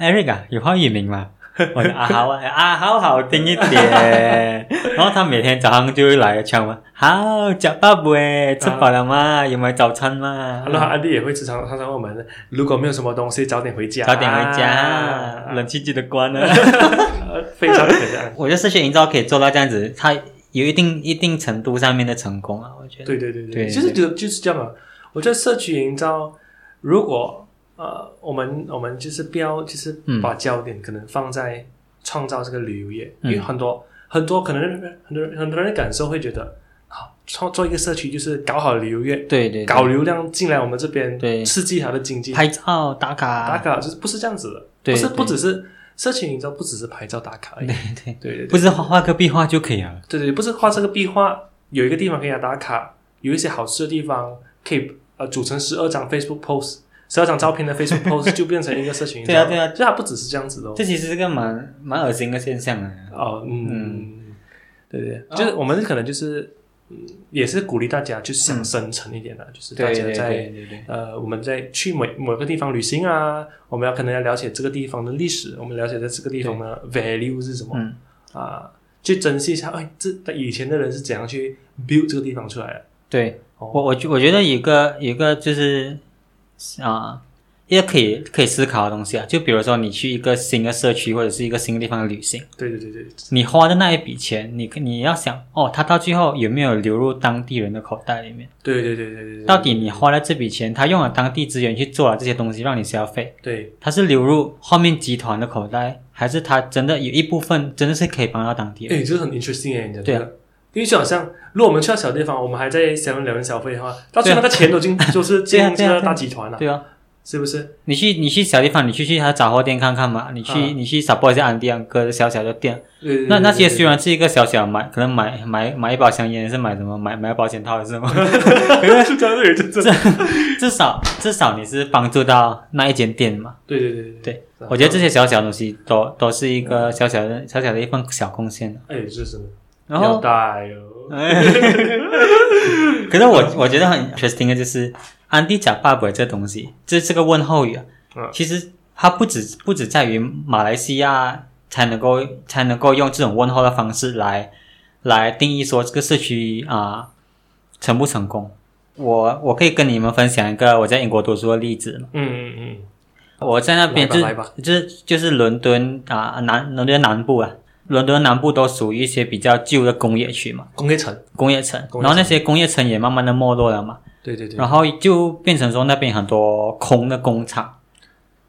Speaker 2: Eric 啊有华语名吗？ [laughs] 我的阿豪啊，阿豪好听
Speaker 1: [laughs]
Speaker 2: 一点。然后他每天早上就会来敲门，好，吃饱不？吃饱了
Speaker 1: 啊
Speaker 2: 吗？有买早餐吗？
Speaker 1: 然后安迪也会时常常常问我们，如果没有什么东西，早点回家，
Speaker 2: 早点回
Speaker 1: 啊
Speaker 2: 家，冷气记得关了。
Speaker 1: [laughs] 呃非常可
Speaker 2: [laughs]
Speaker 1: 爱。
Speaker 2: 我觉得社区营造可以做到这样子，它有一定一定程度上面的成功啊，我觉得。
Speaker 1: 对对对
Speaker 2: 对
Speaker 1: 其实就就是这样啊。我觉得社区营造，如果呃，我们我们就是不要，就是
Speaker 2: 嗯
Speaker 1: 把焦点可能放在创造这个旅游业，
Speaker 2: 嗯
Speaker 1: 因为很多很多可能很多人很多人的感受会觉得，好、创做一个社区就是搞好旅游业，
Speaker 2: 对对，
Speaker 1: 搞流量进来我们这边，
Speaker 2: 对
Speaker 1: 刺激他的经济，
Speaker 2: 拍照打卡，
Speaker 1: 打卡就是不是这样子的，
Speaker 2: 对
Speaker 1: 不是
Speaker 2: 对
Speaker 1: 不只是社区营造，不只是拍照打卡而已，
Speaker 2: [laughs] 对对，
Speaker 1: 对对对
Speaker 2: 不是画画个壁画就可以了。
Speaker 1: 对对，不是画这个壁画，有一个地方可以拿打卡，有一些好吃的地方可以呃组成十二张 Facebook post，十二张照片的 Facebook
Speaker 2: [laughs]
Speaker 1: post 就变成一个社群营造。
Speaker 2: 对啊对啊
Speaker 1: 就它不只是这样子的哦。
Speaker 2: 这其实是个蛮蛮恶心的现象啊。
Speaker 1: 哦，嗯，对对，就是我们可能就是。嗯，也是鼓励大家就是想深层一点的、就是大
Speaker 2: 对
Speaker 1: 家
Speaker 2: 对
Speaker 1: 在
Speaker 2: 对对对，
Speaker 1: 呃，我们在去某某个地方旅行啊，我们要可能要了解这个地方的历史，我们了解在这个地方的 value 是什么，
Speaker 2: 嗯，
Speaker 1: 啊，去珍惜一下，哎，这以前的人是怎样去 build 这个地方出来的？
Speaker 2: 对
Speaker 1: 哦
Speaker 2: 我我觉我觉得有个有个就是啊，一个可以可以思考的东西啊，就比如说你去一个新的社区或者是一个新的地方旅行。
Speaker 1: 对对对对，
Speaker 2: 你花的那一笔钱，你你要想哦，它到最后有没有流入当地人的口袋里面？
Speaker 1: 对对对对对对，
Speaker 2: 到底你花了这笔钱，他用了当地资源去做了这些东西让你消费，
Speaker 1: 对
Speaker 2: 它是流入后面集团的口袋，还是它真的有一部分真的是可以帮到当地人？
Speaker 1: 哎，这个很 interesting 哎，你讲
Speaker 2: 对
Speaker 1: 这
Speaker 2: 啊
Speaker 1: 个，因为就好像如果我们去到小地方，我们还在想两人消费的话，到最后那个钱都进就是进
Speaker 2: 对啊对啊
Speaker 1: 这个
Speaker 2: 对啊
Speaker 1: 大集团了，
Speaker 2: 对啊，
Speaker 1: 是不是？
Speaker 2: 你去你去小地方，你去去他杂货店看看嘛，你去、
Speaker 1: 啊
Speaker 2: 你去 support 一下安迪安哥的啊小小的店。
Speaker 1: 对对对
Speaker 2: 那那
Speaker 1: 对
Speaker 2: 些
Speaker 1: [laughs]
Speaker 2: 虽然是啊一个小小买，可能买买买一包香烟是买什么买买保险套还
Speaker 1: [laughs]
Speaker 2: 是什么，
Speaker 1: 对真的有真的，
Speaker 2: 至少至少你是帮助到那一间店嘛。
Speaker 1: 对对对对
Speaker 2: 啊对，我觉得这些小小东西都都是一个小小的、小小的一份小贡献。啊
Speaker 1: 哎，这是真的，
Speaker 2: 然
Speaker 1: 要哦
Speaker 2: 后，哎
Speaker 1: 大哟，
Speaker 2: 可是我我觉得很 interesting 的就是安迪假爸爸这东西，这这个问候语啊，
Speaker 1: 嗯
Speaker 2: 其实它不止不止在于马来西亚才能够才能够用这种问候的方式来来定义说这个社区啊、成不成功。我我可以跟你们分享一个我在英国读书的例子嘛
Speaker 1: 嗯嗯嗯，
Speaker 2: 我在那边就
Speaker 1: 来吧
Speaker 2: 是就是就是伦敦啊南伦敦南部啊，伦敦南部都属于一些比较旧的工业区嘛，
Speaker 1: 工业城，
Speaker 2: 工业城，
Speaker 1: 工业城
Speaker 2: 然后那些工业城也慢慢的没落了嘛，
Speaker 1: 对对对，
Speaker 2: 然后就变成说那边很多空的工厂，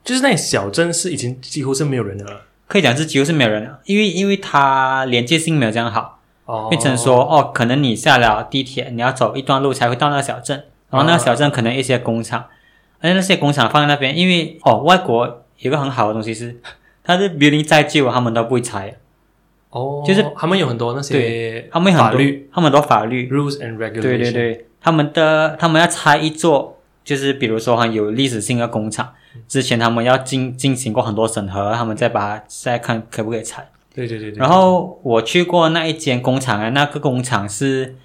Speaker 1: 就是那小镇是已经几乎是没有人的了，
Speaker 2: 可以讲是几乎是没有人了，因为因为它连接性没有这样好，
Speaker 1: 哦，
Speaker 2: 变成说哦，可能你下了地铁，你要走一段路才会到那个小镇，然后那个小镇可能一些工厂，而且那些工厂放在那边，因为哦，外国有一个很好的东西是，它是 building 再旧，他们都不会拆。
Speaker 1: 哦，
Speaker 2: 就是
Speaker 1: 他们有很多那些
Speaker 2: 他们有很
Speaker 1: 法
Speaker 2: 多
Speaker 1: 律，
Speaker 2: 他们很多法律，
Speaker 1: rules and regulation，
Speaker 2: 对对对，他们的他们要拆一座，就是比如说很有历史性的工厂，之前他们要进进行过很多审核，他们再把它再看可不可以拆。
Speaker 1: 对对对对
Speaker 2: 然后我去过那一间工厂啊，那个工厂是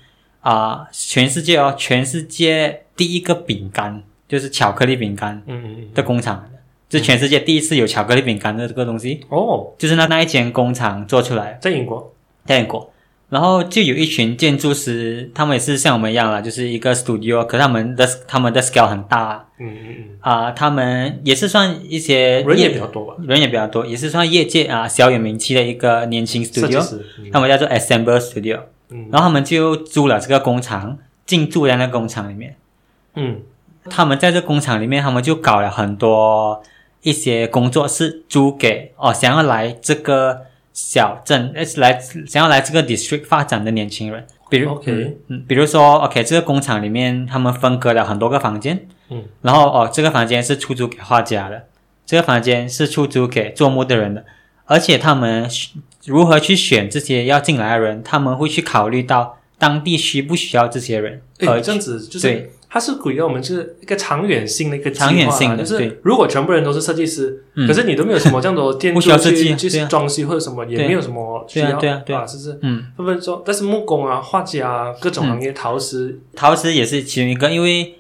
Speaker 2: 啊、全世界哦，全世界第一个饼干，就是巧克力饼干
Speaker 1: 嗯嗯嗯，
Speaker 2: 的工厂，这全世界第一次有巧克力饼干的这个东西，
Speaker 1: 哦，
Speaker 2: 就是那那一间工厂做出来的。
Speaker 1: 在英国，
Speaker 2: 在英国，然后就有一群建筑师，他们也是像我们一样啦，就是一个 studio，可是他们的他们的 scale 很大啊、
Speaker 1: 嗯嗯
Speaker 2: 他们也是算一些
Speaker 1: 嗯，人也
Speaker 2: 业
Speaker 1: 比较多吧，
Speaker 2: 人呃也比较多，也是算业界啊、小有名气的一个年轻
Speaker 1: 设计
Speaker 2: studio，
Speaker 1: 师，
Speaker 2: 他们叫做 Assemble Studio，
Speaker 1: 嗯
Speaker 2: 然后他们就租了这个工厂，进驻在那个工厂里面，
Speaker 1: 嗯
Speaker 2: 他们在这工厂里面，他们就搞了很多一些工作室租给哦，想要来这个小镇，呃来想要来这个 district 发展的年轻人。比如
Speaker 1: OK
Speaker 2: 嗯嗯，比如说 OK，这个工厂里面他们分割了很多个房间，
Speaker 1: 嗯，
Speaker 2: 然后哦，这个房间是出租给画家的，这个房间是出租给做木的人的，而且他们选如何去选这些要进来的人，他们会去考虑到当地需不需要这些人，
Speaker 1: 哎，
Speaker 2: 而
Speaker 1: 这样子就是
Speaker 2: 呃对
Speaker 1: 它是鼓励我们就是一个长远性的一个计划啊
Speaker 2: 长远性
Speaker 1: 就
Speaker 2: 的
Speaker 1: 是
Speaker 2: 对
Speaker 1: 如果全部人都是设计师，
Speaker 2: 嗯
Speaker 1: 可是你都没有什么这样的
Speaker 2: [laughs]
Speaker 1: 建
Speaker 2: 不
Speaker 1: 筑
Speaker 2: 需要设计
Speaker 1: 去
Speaker 2: 啊对
Speaker 1: 去
Speaker 2: 啊
Speaker 1: 装修或者什么，也
Speaker 2: 对啊
Speaker 1: 没有什么需
Speaker 2: 对啊
Speaker 1: 要
Speaker 2: 对啊对啊
Speaker 1: 啊，是不是？
Speaker 2: 嗯。
Speaker 1: 分分钟，但是木工啊、画家啊，各种行业，陶瓷，
Speaker 2: 陶瓷也是其中一个，因为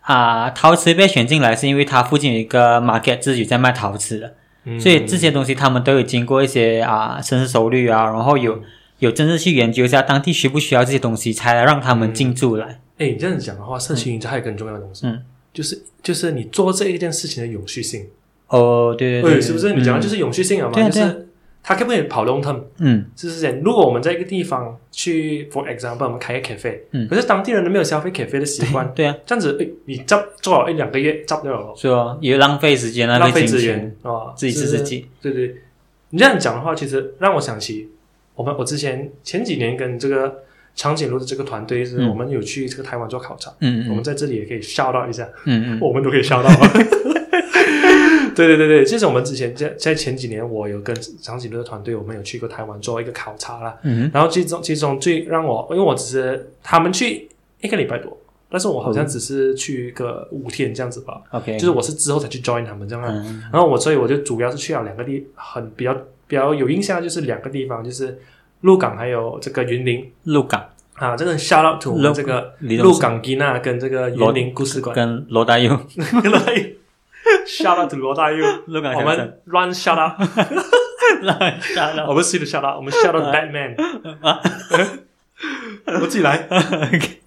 Speaker 2: 啊、陶瓷被选进来是因为它附近有一个 market 自己在卖陶瓷的，
Speaker 1: 嗯
Speaker 2: 所以这些东西他们都有经过一些啊深思熟虑啊，然后有有真正去研究一下当地需不需要这些东西，才让他们进驻来。
Speaker 1: 哎，你这样讲的话，社区营造还有一个很重要的东西，
Speaker 2: 嗯，
Speaker 1: 就是就是你做这一件事情的永续性，
Speaker 2: 哦，对对对，
Speaker 1: 是不是？你讲的
Speaker 2: 嗯
Speaker 1: 就是永续性了嘛？
Speaker 2: 对啊
Speaker 1: 就
Speaker 2: 对啊
Speaker 1: 是它可不可以跑 long term？
Speaker 2: 嗯
Speaker 1: 就是讲，如果我们在一个地方去，for example，我们开一个 cafe，、
Speaker 2: 嗯
Speaker 1: 可是当地人都没有消费 cafe 的习惯，
Speaker 2: 对啊，
Speaker 1: 这样子，哎，你做做了一两个月，做掉了，
Speaker 2: 是哦，也浪费时间，
Speaker 1: 浪费
Speaker 2: 金
Speaker 1: 资
Speaker 2: 钱，
Speaker 1: 源啊，
Speaker 2: 自己吃
Speaker 1: 是
Speaker 2: 自己。
Speaker 1: 对对，你这样讲的话，其实让我想起我们我之前前几年跟这个长颈鹿的这个团队是，
Speaker 2: 嗯
Speaker 1: 我们有去这个台湾做考察，
Speaker 2: 嗯
Speaker 1: 我
Speaker 2: 嗯
Speaker 1: 们在这里也可以 shout out 一下，
Speaker 2: 嗯嗯
Speaker 1: 我们都可以 shout out 啊。 [laughs] 对对对对，其实我们之前在在前几年，我有跟长颈鹿的团队，我们有去过台湾做一个考察啦。
Speaker 2: 嗯
Speaker 1: 然后其中其中最让我，因为我只是他们去一个礼拜多，但是我好像只是去个五天这样子吧，
Speaker 2: ，OK，
Speaker 1: 就是我是之后才去 join 他们这样啊。
Speaker 2: 嗯
Speaker 1: 然后我所以我就主要是去了两个地，很比较比较有印象的就是两个地方，就是鹿港还有这个云林
Speaker 2: 鹿港
Speaker 1: 啊，这个 shout out to 我们
Speaker 2: 鹿
Speaker 1: 这个
Speaker 2: 李
Speaker 1: 鹿
Speaker 2: 东
Speaker 1: 港吉娜跟这个云林故事馆
Speaker 2: 跟罗大佑，
Speaker 1: [laughs] ，shout out to 罗
Speaker 2: [laughs]
Speaker 1: 大佑，
Speaker 2: 鹿港
Speaker 1: 我
Speaker 2: 小镇，
Speaker 1: 们 run shout out。
Speaker 2: 杀
Speaker 1: [laughs]
Speaker 2: 了
Speaker 1: 我们是的 shout out，我们 shout [laughs] out Batman 我自己 [laughs] 来。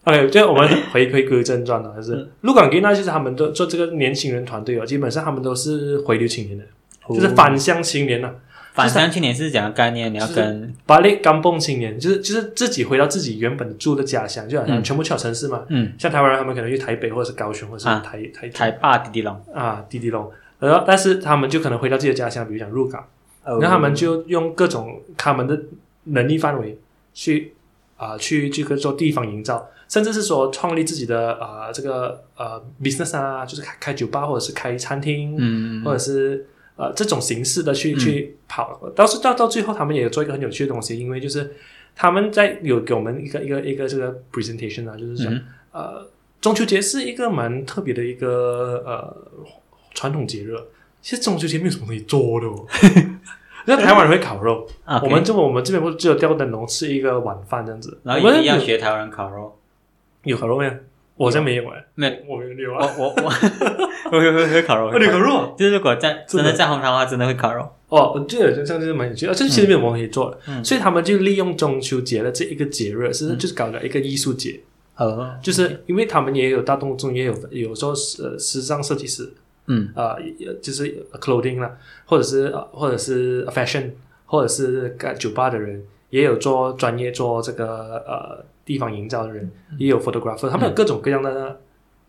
Speaker 1: OK，就我们回回归正传了，就是鹿港吉娜，就是他们都做这个年轻人团队哦，基本上他们都是回流青年的，就是返乡青年呐、
Speaker 2: 反向哦青年是讲概念，你要
Speaker 1: 就是
Speaker 2: 跟
Speaker 1: 巴黎刚蹦青年，就是就是自己回到自己原本住的家乡，就好像
Speaker 2: 嗯
Speaker 1: 全部去小城市嘛。
Speaker 2: 嗯
Speaker 1: 像台湾人，他们可能去台北或者是高雄，或者是
Speaker 2: 啊
Speaker 1: 台、台
Speaker 2: 台霸迪迪龙，
Speaker 1: 啊滴滴龙，然后但是他们就可能回到自己的家乡，比如讲鹿港。
Speaker 2: 然
Speaker 1: 然后他们就用各种他们的能力范围去啊、去去跟做地方营造，甚至是说创立自己的啊、这个呃 business 啊，就是开开酒吧或者是开餐厅，
Speaker 2: 嗯
Speaker 1: 或者是呃这种形式的去、去跑。到是到到最后，他们也有做一个很有趣的东西，因为就是他们在有给我们一个一个一个这个 presentation 啊，就是讲、
Speaker 2: 嗯
Speaker 1: 呃中秋节是一个蛮特别的一个呃传统节日，其实中秋节没有什么东西做的
Speaker 2: [laughs]
Speaker 1: 哦。那台湾人会烤肉，
Speaker 2: 啊，
Speaker 1: 我们这边我们这边不是只有吊灯笼吃一个晚饭这样子，
Speaker 2: 然后
Speaker 1: 我
Speaker 2: 也
Speaker 1: 们
Speaker 2: 一样
Speaker 1: 有
Speaker 2: 学台湾人烤肉，
Speaker 1: 有烤肉没有？我好像没有哎，
Speaker 2: 没有，
Speaker 1: 我没有
Speaker 2: 我
Speaker 1: 啊， [laughs]
Speaker 2: 我我我会会会烤肉，
Speaker 1: 哦你烤肉啊。
Speaker 2: 就是如果在
Speaker 1: 真的
Speaker 2: 真的在红糖的话，真的会烤肉，
Speaker 1: 哦，这个这样就是蛮有趣的，而且其实没有什么可以做的，
Speaker 2: 嗯
Speaker 1: 所以他们就利用中秋节的这一个节日，是就是搞了一个艺术节，
Speaker 2: 哦，
Speaker 1: 就是因为他们也有大动中，也有有时候是呃时尚设计师
Speaker 2: 嗯
Speaker 1: 啊、呃，就是 clothing 啦，或者是呃或者是 fashion，或者是干酒吧的人，也有做专业做这个呃地方营造的人，也有 photographer，他们有
Speaker 2: 嗯
Speaker 1: 各种各样的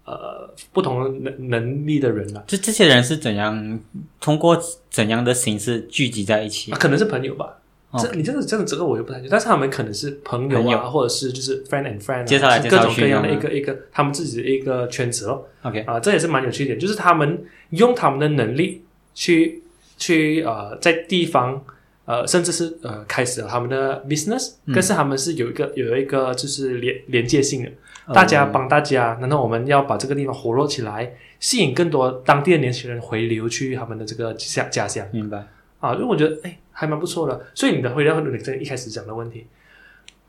Speaker 1: 呃不同的能能力的人啦、
Speaker 2: 就这些人是怎样通过怎样的形式聚集在一起
Speaker 1: 啊，？可能是朋友吧。
Speaker 2: 嗯哦
Speaker 1: 这你这个这个这个我就不太清楚，但是他们可能是朋友啊，
Speaker 2: 朋友
Speaker 1: 或者是就是 friend and friend，、啊、
Speaker 2: 介绍来
Speaker 1: 是
Speaker 2: 介
Speaker 1: 各
Speaker 2: 绍
Speaker 1: 种
Speaker 2: 去
Speaker 1: 各样的一
Speaker 2: 这样
Speaker 1: 个一个他们自己的一个圈子哦
Speaker 2: OK，
Speaker 1: 啊、这也是蛮有趣一点，就是他们用他们的能力去去呃在地方呃甚至是呃开始了他们的 business，
Speaker 2: 嗯
Speaker 1: 但是他们是有一个有一个就是连连接性的，
Speaker 2: 哦
Speaker 1: 大家帮大家，难道我们要把这个地方活络起来，吸引更多当地的年轻人回流去他们的这个家家乡？
Speaker 2: 明白，
Speaker 1: 啊，因为我觉得哎还蛮不错的。所以你的回答你这一开始讲的问题，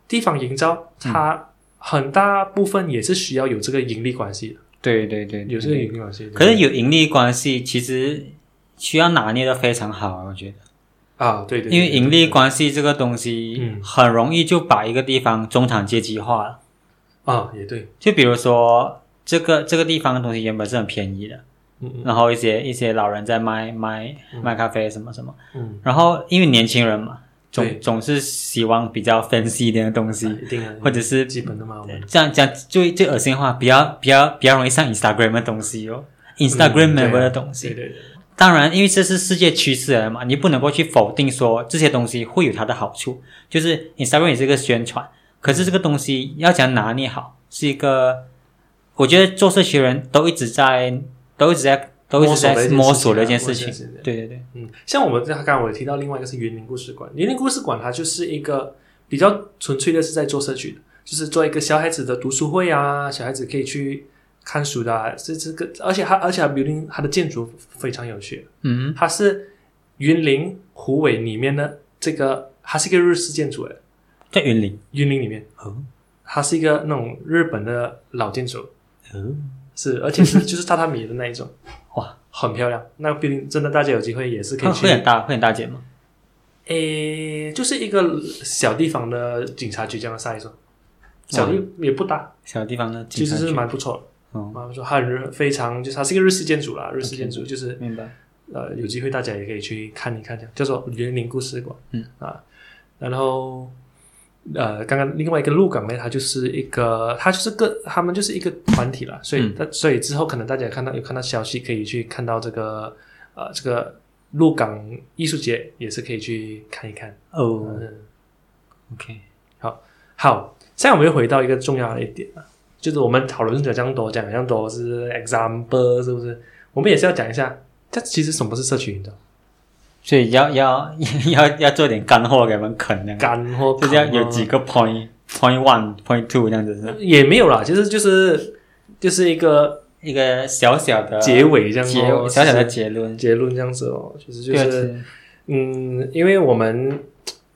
Speaker 1: 地方营造
Speaker 2: 嗯
Speaker 1: 它很大部分也是需要有这个盈利关系的，
Speaker 2: 对对对，
Speaker 1: 有这个盈利关系的。
Speaker 2: 嗯可是有盈利关系，其实需要拿捏的非常好啊，我觉得。
Speaker 1: 啊，对对对
Speaker 2: 因为盈利关系这个东西
Speaker 1: 嗯，
Speaker 2: 很容易就把一个地方中产阶级化了。
Speaker 1: 啊也对，
Speaker 2: 就比如说，这个这个地方的东西原本是很便宜的，
Speaker 1: 嗯嗯
Speaker 2: 然后一些一些老人在卖卖
Speaker 1: 嗯
Speaker 2: 卖咖啡什么什么，
Speaker 1: 嗯，
Speaker 2: 然后因为年轻人嘛，
Speaker 1: 对
Speaker 2: 总总是希望比较 fancy 一点的东
Speaker 1: 啊
Speaker 2: 西，
Speaker 1: 一定啊，
Speaker 2: 或者是
Speaker 1: 基本的嘛，我们
Speaker 2: 这样讲最最恶心的话，比较比较比较容易上 Instagram 的东西哦，Instagram
Speaker 1: 嗯对啊
Speaker 2: member 的东西
Speaker 1: 对。对对，
Speaker 2: 当然，因为这是世界趋势来的嘛，你不能够去否定说这些东西会有它的好处。就是 Instagram 也是一个宣传，可是这个东西要讲拿捏好，是一个我觉得做社区人都一直在都一直在都一直在摸索的一件事情啊
Speaker 1: 摸索的一件事情。
Speaker 2: 对对对，
Speaker 1: 嗯，像我们刚刚我有提到另外一个是园林故事馆，园林故事馆它就是一个比较纯粹的是在做社区的，就是做一个小孩子的读书会啊，小孩子可以去看书的、啊，这这个，而且它而且它 building 它的建筑非常有趣，
Speaker 2: 嗯，
Speaker 1: 它是云林虎尾里面的这个，它是一个日式建筑诶，
Speaker 2: 在云林。
Speaker 1: 云林里面
Speaker 2: 哦，
Speaker 1: 它是一个那种日本的老建筑，
Speaker 2: 哦
Speaker 1: 是而且是就是榻榻米的那一种，
Speaker 2: [laughs] 哇，
Speaker 1: 很漂亮。那个 building 真的，大家有机会也是可以
Speaker 2: 会
Speaker 1: 去
Speaker 2: [laughs] 会。很大，会很大间吗？
Speaker 1: 诶，就是一个小地方的警察局这样的 size，哦小地也不大，
Speaker 2: 小地方的
Speaker 1: 其
Speaker 2: 警察
Speaker 1: 实是
Speaker 2: 局，
Speaker 1: 蛮不错的，
Speaker 2: 哦
Speaker 1: 蛮不错。它日非常就是它是一个日式建筑啦，日式建筑就是
Speaker 2: 明白。
Speaker 1: 呃，有机会大家也可以去看一看，这样叫做园林故事馆。
Speaker 2: 嗯
Speaker 1: 啊，然后呃，刚刚另外一个鹿港呢，它就是一个，它就是个，他们就是一个团体啦，所以
Speaker 2: 嗯、
Speaker 1: 它所以之后可能大家看到有看到消息，可以去看到这个呃这个鹿港艺术节，也是可以去看一看。
Speaker 2: 哦
Speaker 1: 嗯，
Speaker 2: ，OK，
Speaker 1: 好，现在我们又回到一个重要的一点了，就是我们讨论讲这样多，讲这样多是 example 是不是？我们也是要讲一下，这其实什么是社群运动？
Speaker 2: 所以要要要要做点干货给我们啃那个，
Speaker 1: 干或
Speaker 2: 就是要有
Speaker 1: 扛啊
Speaker 2: 几个 point point one point two 这样子，是吧
Speaker 1: 也没有啦，其实就是就是一个
Speaker 2: 一个小小的
Speaker 1: 结尾这样
Speaker 2: 结
Speaker 1: 哦，
Speaker 2: 小小的
Speaker 1: 就是
Speaker 2: 结论，
Speaker 1: 结论这样子哦，其实就
Speaker 2: 对
Speaker 1: 是嗯，因为我们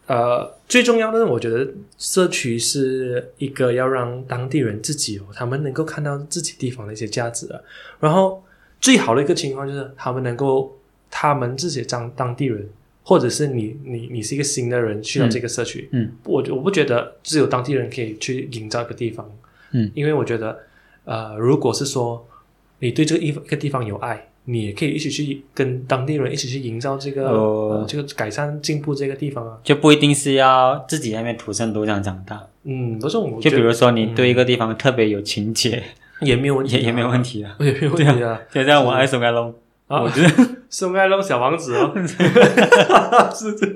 Speaker 1: 呃最重要的，我觉得社区是一个要让当地人自己哦，他们能够看到自己地方的一些价值啊，然后最好的一个情况就是他们能够他们自己当当地人。或者是你你你是一个新的人去到这个社区，
Speaker 2: 嗯嗯
Speaker 1: 我我不觉得只有当地人可以去营造一个地方，
Speaker 2: 嗯，
Speaker 1: 因为我觉得，呃，如果是说你对这个一一个地方有爱，你也可以一起去跟当地人一起去营造这个、
Speaker 2: 哦
Speaker 1: 呃、这个改善进步这个地方啊。
Speaker 2: 就不一定是要自己在那边土生土长长大，
Speaker 1: 嗯，不是我觉
Speaker 2: 就比
Speaker 1: 得
Speaker 2: 如说你对一个地方特别有情结，
Speaker 1: 也没有问题、
Speaker 2: 也 [laughs]
Speaker 1: 啊，
Speaker 2: 也没有
Speaker 1: 题，
Speaker 2: 问题啊。
Speaker 1: [laughs] 也没有问题 [laughs] 啊。
Speaker 2: 就像我爱苏格龙，
Speaker 1: 啊
Speaker 2: 我觉得 [laughs]
Speaker 1: 宋爱龙小王子哦，是这样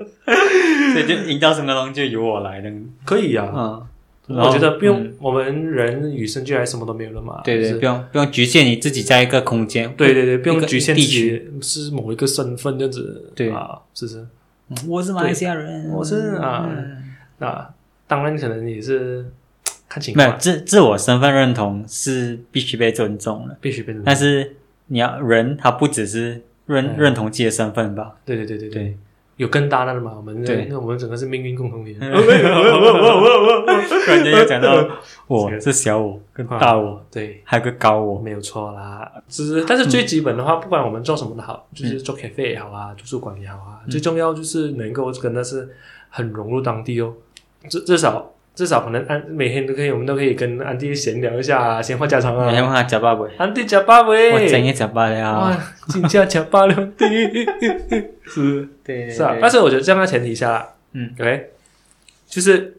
Speaker 2: 所以就营造苏格龙就由我来的，
Speaker 1: 可以啊。
Speaker 2: 嗯，然后
Speaker 1: 我觉得不用，
Speaker 2: 嗯
Speaker 1: 我们人与生俱来什么都没有了嘛。
Speaker 2: 对
Speaker 1: 就
Speaker 2: 对，
Speaker 1: 是
Speaker 2: 不用不用局限你自己在一个空间，
Speaker 1: 对对对，不
Speaker 2: 一
Speaker 1: 用
Speaker 2: 个
Speaker 1: 局限自
Speaker 2: 地
Speaker 1: 己
Speaker 2: 区。
Speaker 1: 是某一个身份这样子。
Speaker 2: 对
Speaker 1: 啊，是不是？
Speaker 2: 嗯我是马来西亚人，
Speaker 1: 对我是啊
Speaker 2: 嗯
Speaker 1: 那当然可能也是看情
Speaker 2: 没有
Speaker 1: 况，
Speaker 2: 自自我身份认同是必须被尊重的，
Speaker 1: 必须变成。
Speaker 2: 但是你要人他不只是认
Speaker 1: 嗯
Speaker 2: 认同自己的身份吧，
Speaker 1: 对对对对对，
Speaker 2: 对，
Speaker 1: 有更大的了嘛？我们
Speaker 2: 对
Speaker 1: 那我们整个是命运共同
Speaker 2: [laughs]
Speaker 1: 体。
Speaker 2: 突然间又讲 [laughs] 到我是小我跟大我，
Speaker 1: 啊对，
Speaker 2: 还有个高我，
Speaker 1: 没有错啦。只是，但是最基本的话，不管我们做什么的好，
Speaker 2: 嗯
Speaker 1: 就是做 cafe 也好啊，图书馆也好啊，最重要就是能够真的是很融入当地哦。至至少至少可能安每天都可以，我们都可以跟安迪闲聊一下啊，闲话家常
Speaker 2: 每天
Speaker 1: 啊。
Speaker 2: 问他假爸喂，
Speaker 1: 安迪加巴维，
Speaker 2: 哎我啊真也假爸了
Speaker 1: 哇，，金价加巴了，安迪是。
Speaker 2: 对
Speaker 1: 是啊，但是我觉得这样的前提下啦，
Speaker 2: 嗯
Speaker 1: ，OK，就是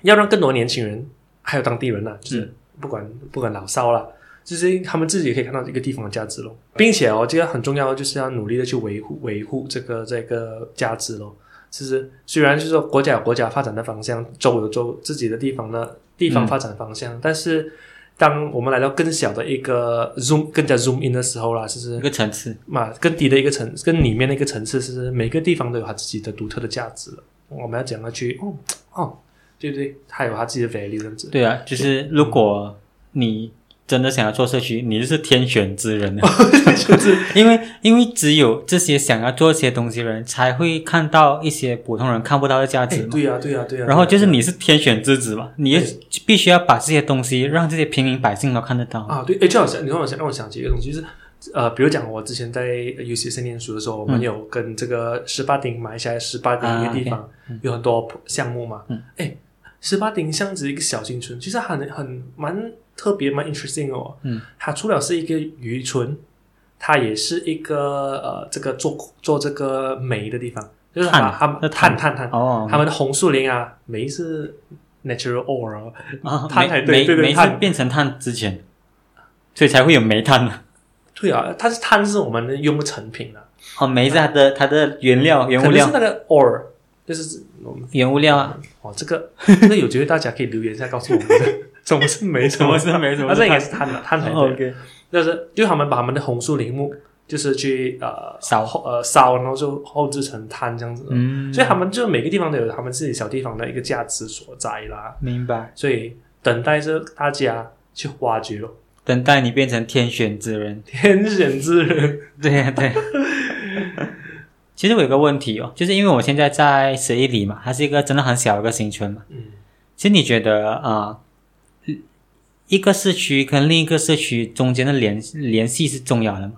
Speaker 1: 要让更多年轻人还有当地人呐、就是
Speaker 2: 嗯
Speaker 1: 不管、不管老少啦，就是他们自己也可以看到这个地方的价值咯，并且哦，这个很重要，就是要努力的去维护维护这个这个价值咯。其实虽然就是说国家有国家发展的方向，州有州自己的地方的地方
Speaker 2: 嗯
Speaker 1: 发展方向，但是当我们来到更小的一个 zoom 更加 zoom in 的时候啦，其实
Speaker 2: 一个层次，
Speaker 1: 嘛，更低的一个层，跟里面的一个层次是每个地方都有它自己的独特的价值了。我们要讲它去，哦哦，对对，它有它自己的 value 这样子。
Speaker 2: 对啊，就是如果你真的想要做社区，你就是天选之人啊， [laughs] 因为因为只有这些想要做这些东西的人，才会看到一些普通人看不到的价
Speaker 1: 哎
Speaker 2: 值嘛。
Speaker 1: 对呀、对呀、对呀、
Speaker 2: 然后就是
Speaker 1: 对呀
Speaker 2: 你是天选之子嘛，你也必须要把这些东西让这些平民百姓都看得到。
Speaker 1: 啊，对，哎，就好像你让我想让我想起一个东西，就是呃，比如讲我之前在 UCC 念书的时候，我们
Speaker 2: 嗯
Speaker 1: 有跟这个十八顶马来西亚十八顶一个
Speaker 2: 啊
Speaker 1: 地方、有很多项目嘛
Speaker 2: 嗯，
Speaker 1: 哎、十八顶巷子一个小新村，其实很很蛮特别，蛮 interesting 哦。
Speaker 2: 嗯，
Speaker 1: 它除了是一个渔村，它也是一个呃，这个做做这个煤的地方，就是它
Speaker 2: 碳
Speaker 1: 它们
Speaker 2: 那
Speaker 1: 碳
Speaker 2: 碳
Speaker 1: 碳碳，
Speaker 2: 哦，
Speaker 1: 他们的红树林啊，煤是 natural ore，哦
Speaker 2: 啊
Speaker 1: 碳还
Speaker 2: 煤
Speaker 1: 对
Speaker 2: 煤
Speaker 1: 对对
Speaker 2: 煤是
Speaker 1: 碳
Speaker 2: 变成碳之前，所以才会有煤炭嘛。
Speaker 1: 对啊，它是碳是我们用的成品啊，
Speaker 2: 哦，煤是它的它的原料原
Speaker 1: 可
Speaker 2: 物
Speaker 1: 能是
Speaker 2: 料
Speaker 1: 那个 ore，就是我们
Speaker 2: 原物料啊，
Speaker 1: 哦，这个 [laughs] 这个有机会大家可以留言一下告诉我们，什么是煤，什
Speaker 2: [laughs] 什
Speaker 1: 么
Speaker 2: 么
Speaker 1: 是，
Speaker 2: 是煤什
Speaker 1: 那
Speaker 2: 么
Speaker 1: 这
Speaker 2: 是
Speaker 1: 应该
Speaker 2: 碳
Speaker 1: 是碳的碳才对。
Speaker 2: 哦？OK，
Speaker 1: 就是就他们把他们的红树林木就是去呃
Speaker 2: 烧
Speaker 1: 后呃烧，然后就后制成炭这样子。
Speaker 2: 嗯，
Speaker 1: 所以他们就每个地方都有他们自己小地方的一个价值所在啦。
Speaker 2: 明白。
Speaker 1: 所以等待着大家去挖掘咯，
Speaker 2: 等待你变成天选之人。
Speaker 1: 天选之人。 [laughs]
Speaker 2: [laughs] 对呀、对、其实我有个问题哦，就是因为我现在在十一里嘛，它是一个真的很小的一个新村嘛。
Speaker 1: 嗯，
Speaker 2: 其实你觉得啊、呃一个社区跟另一个社区中间的联联系是重要的吗？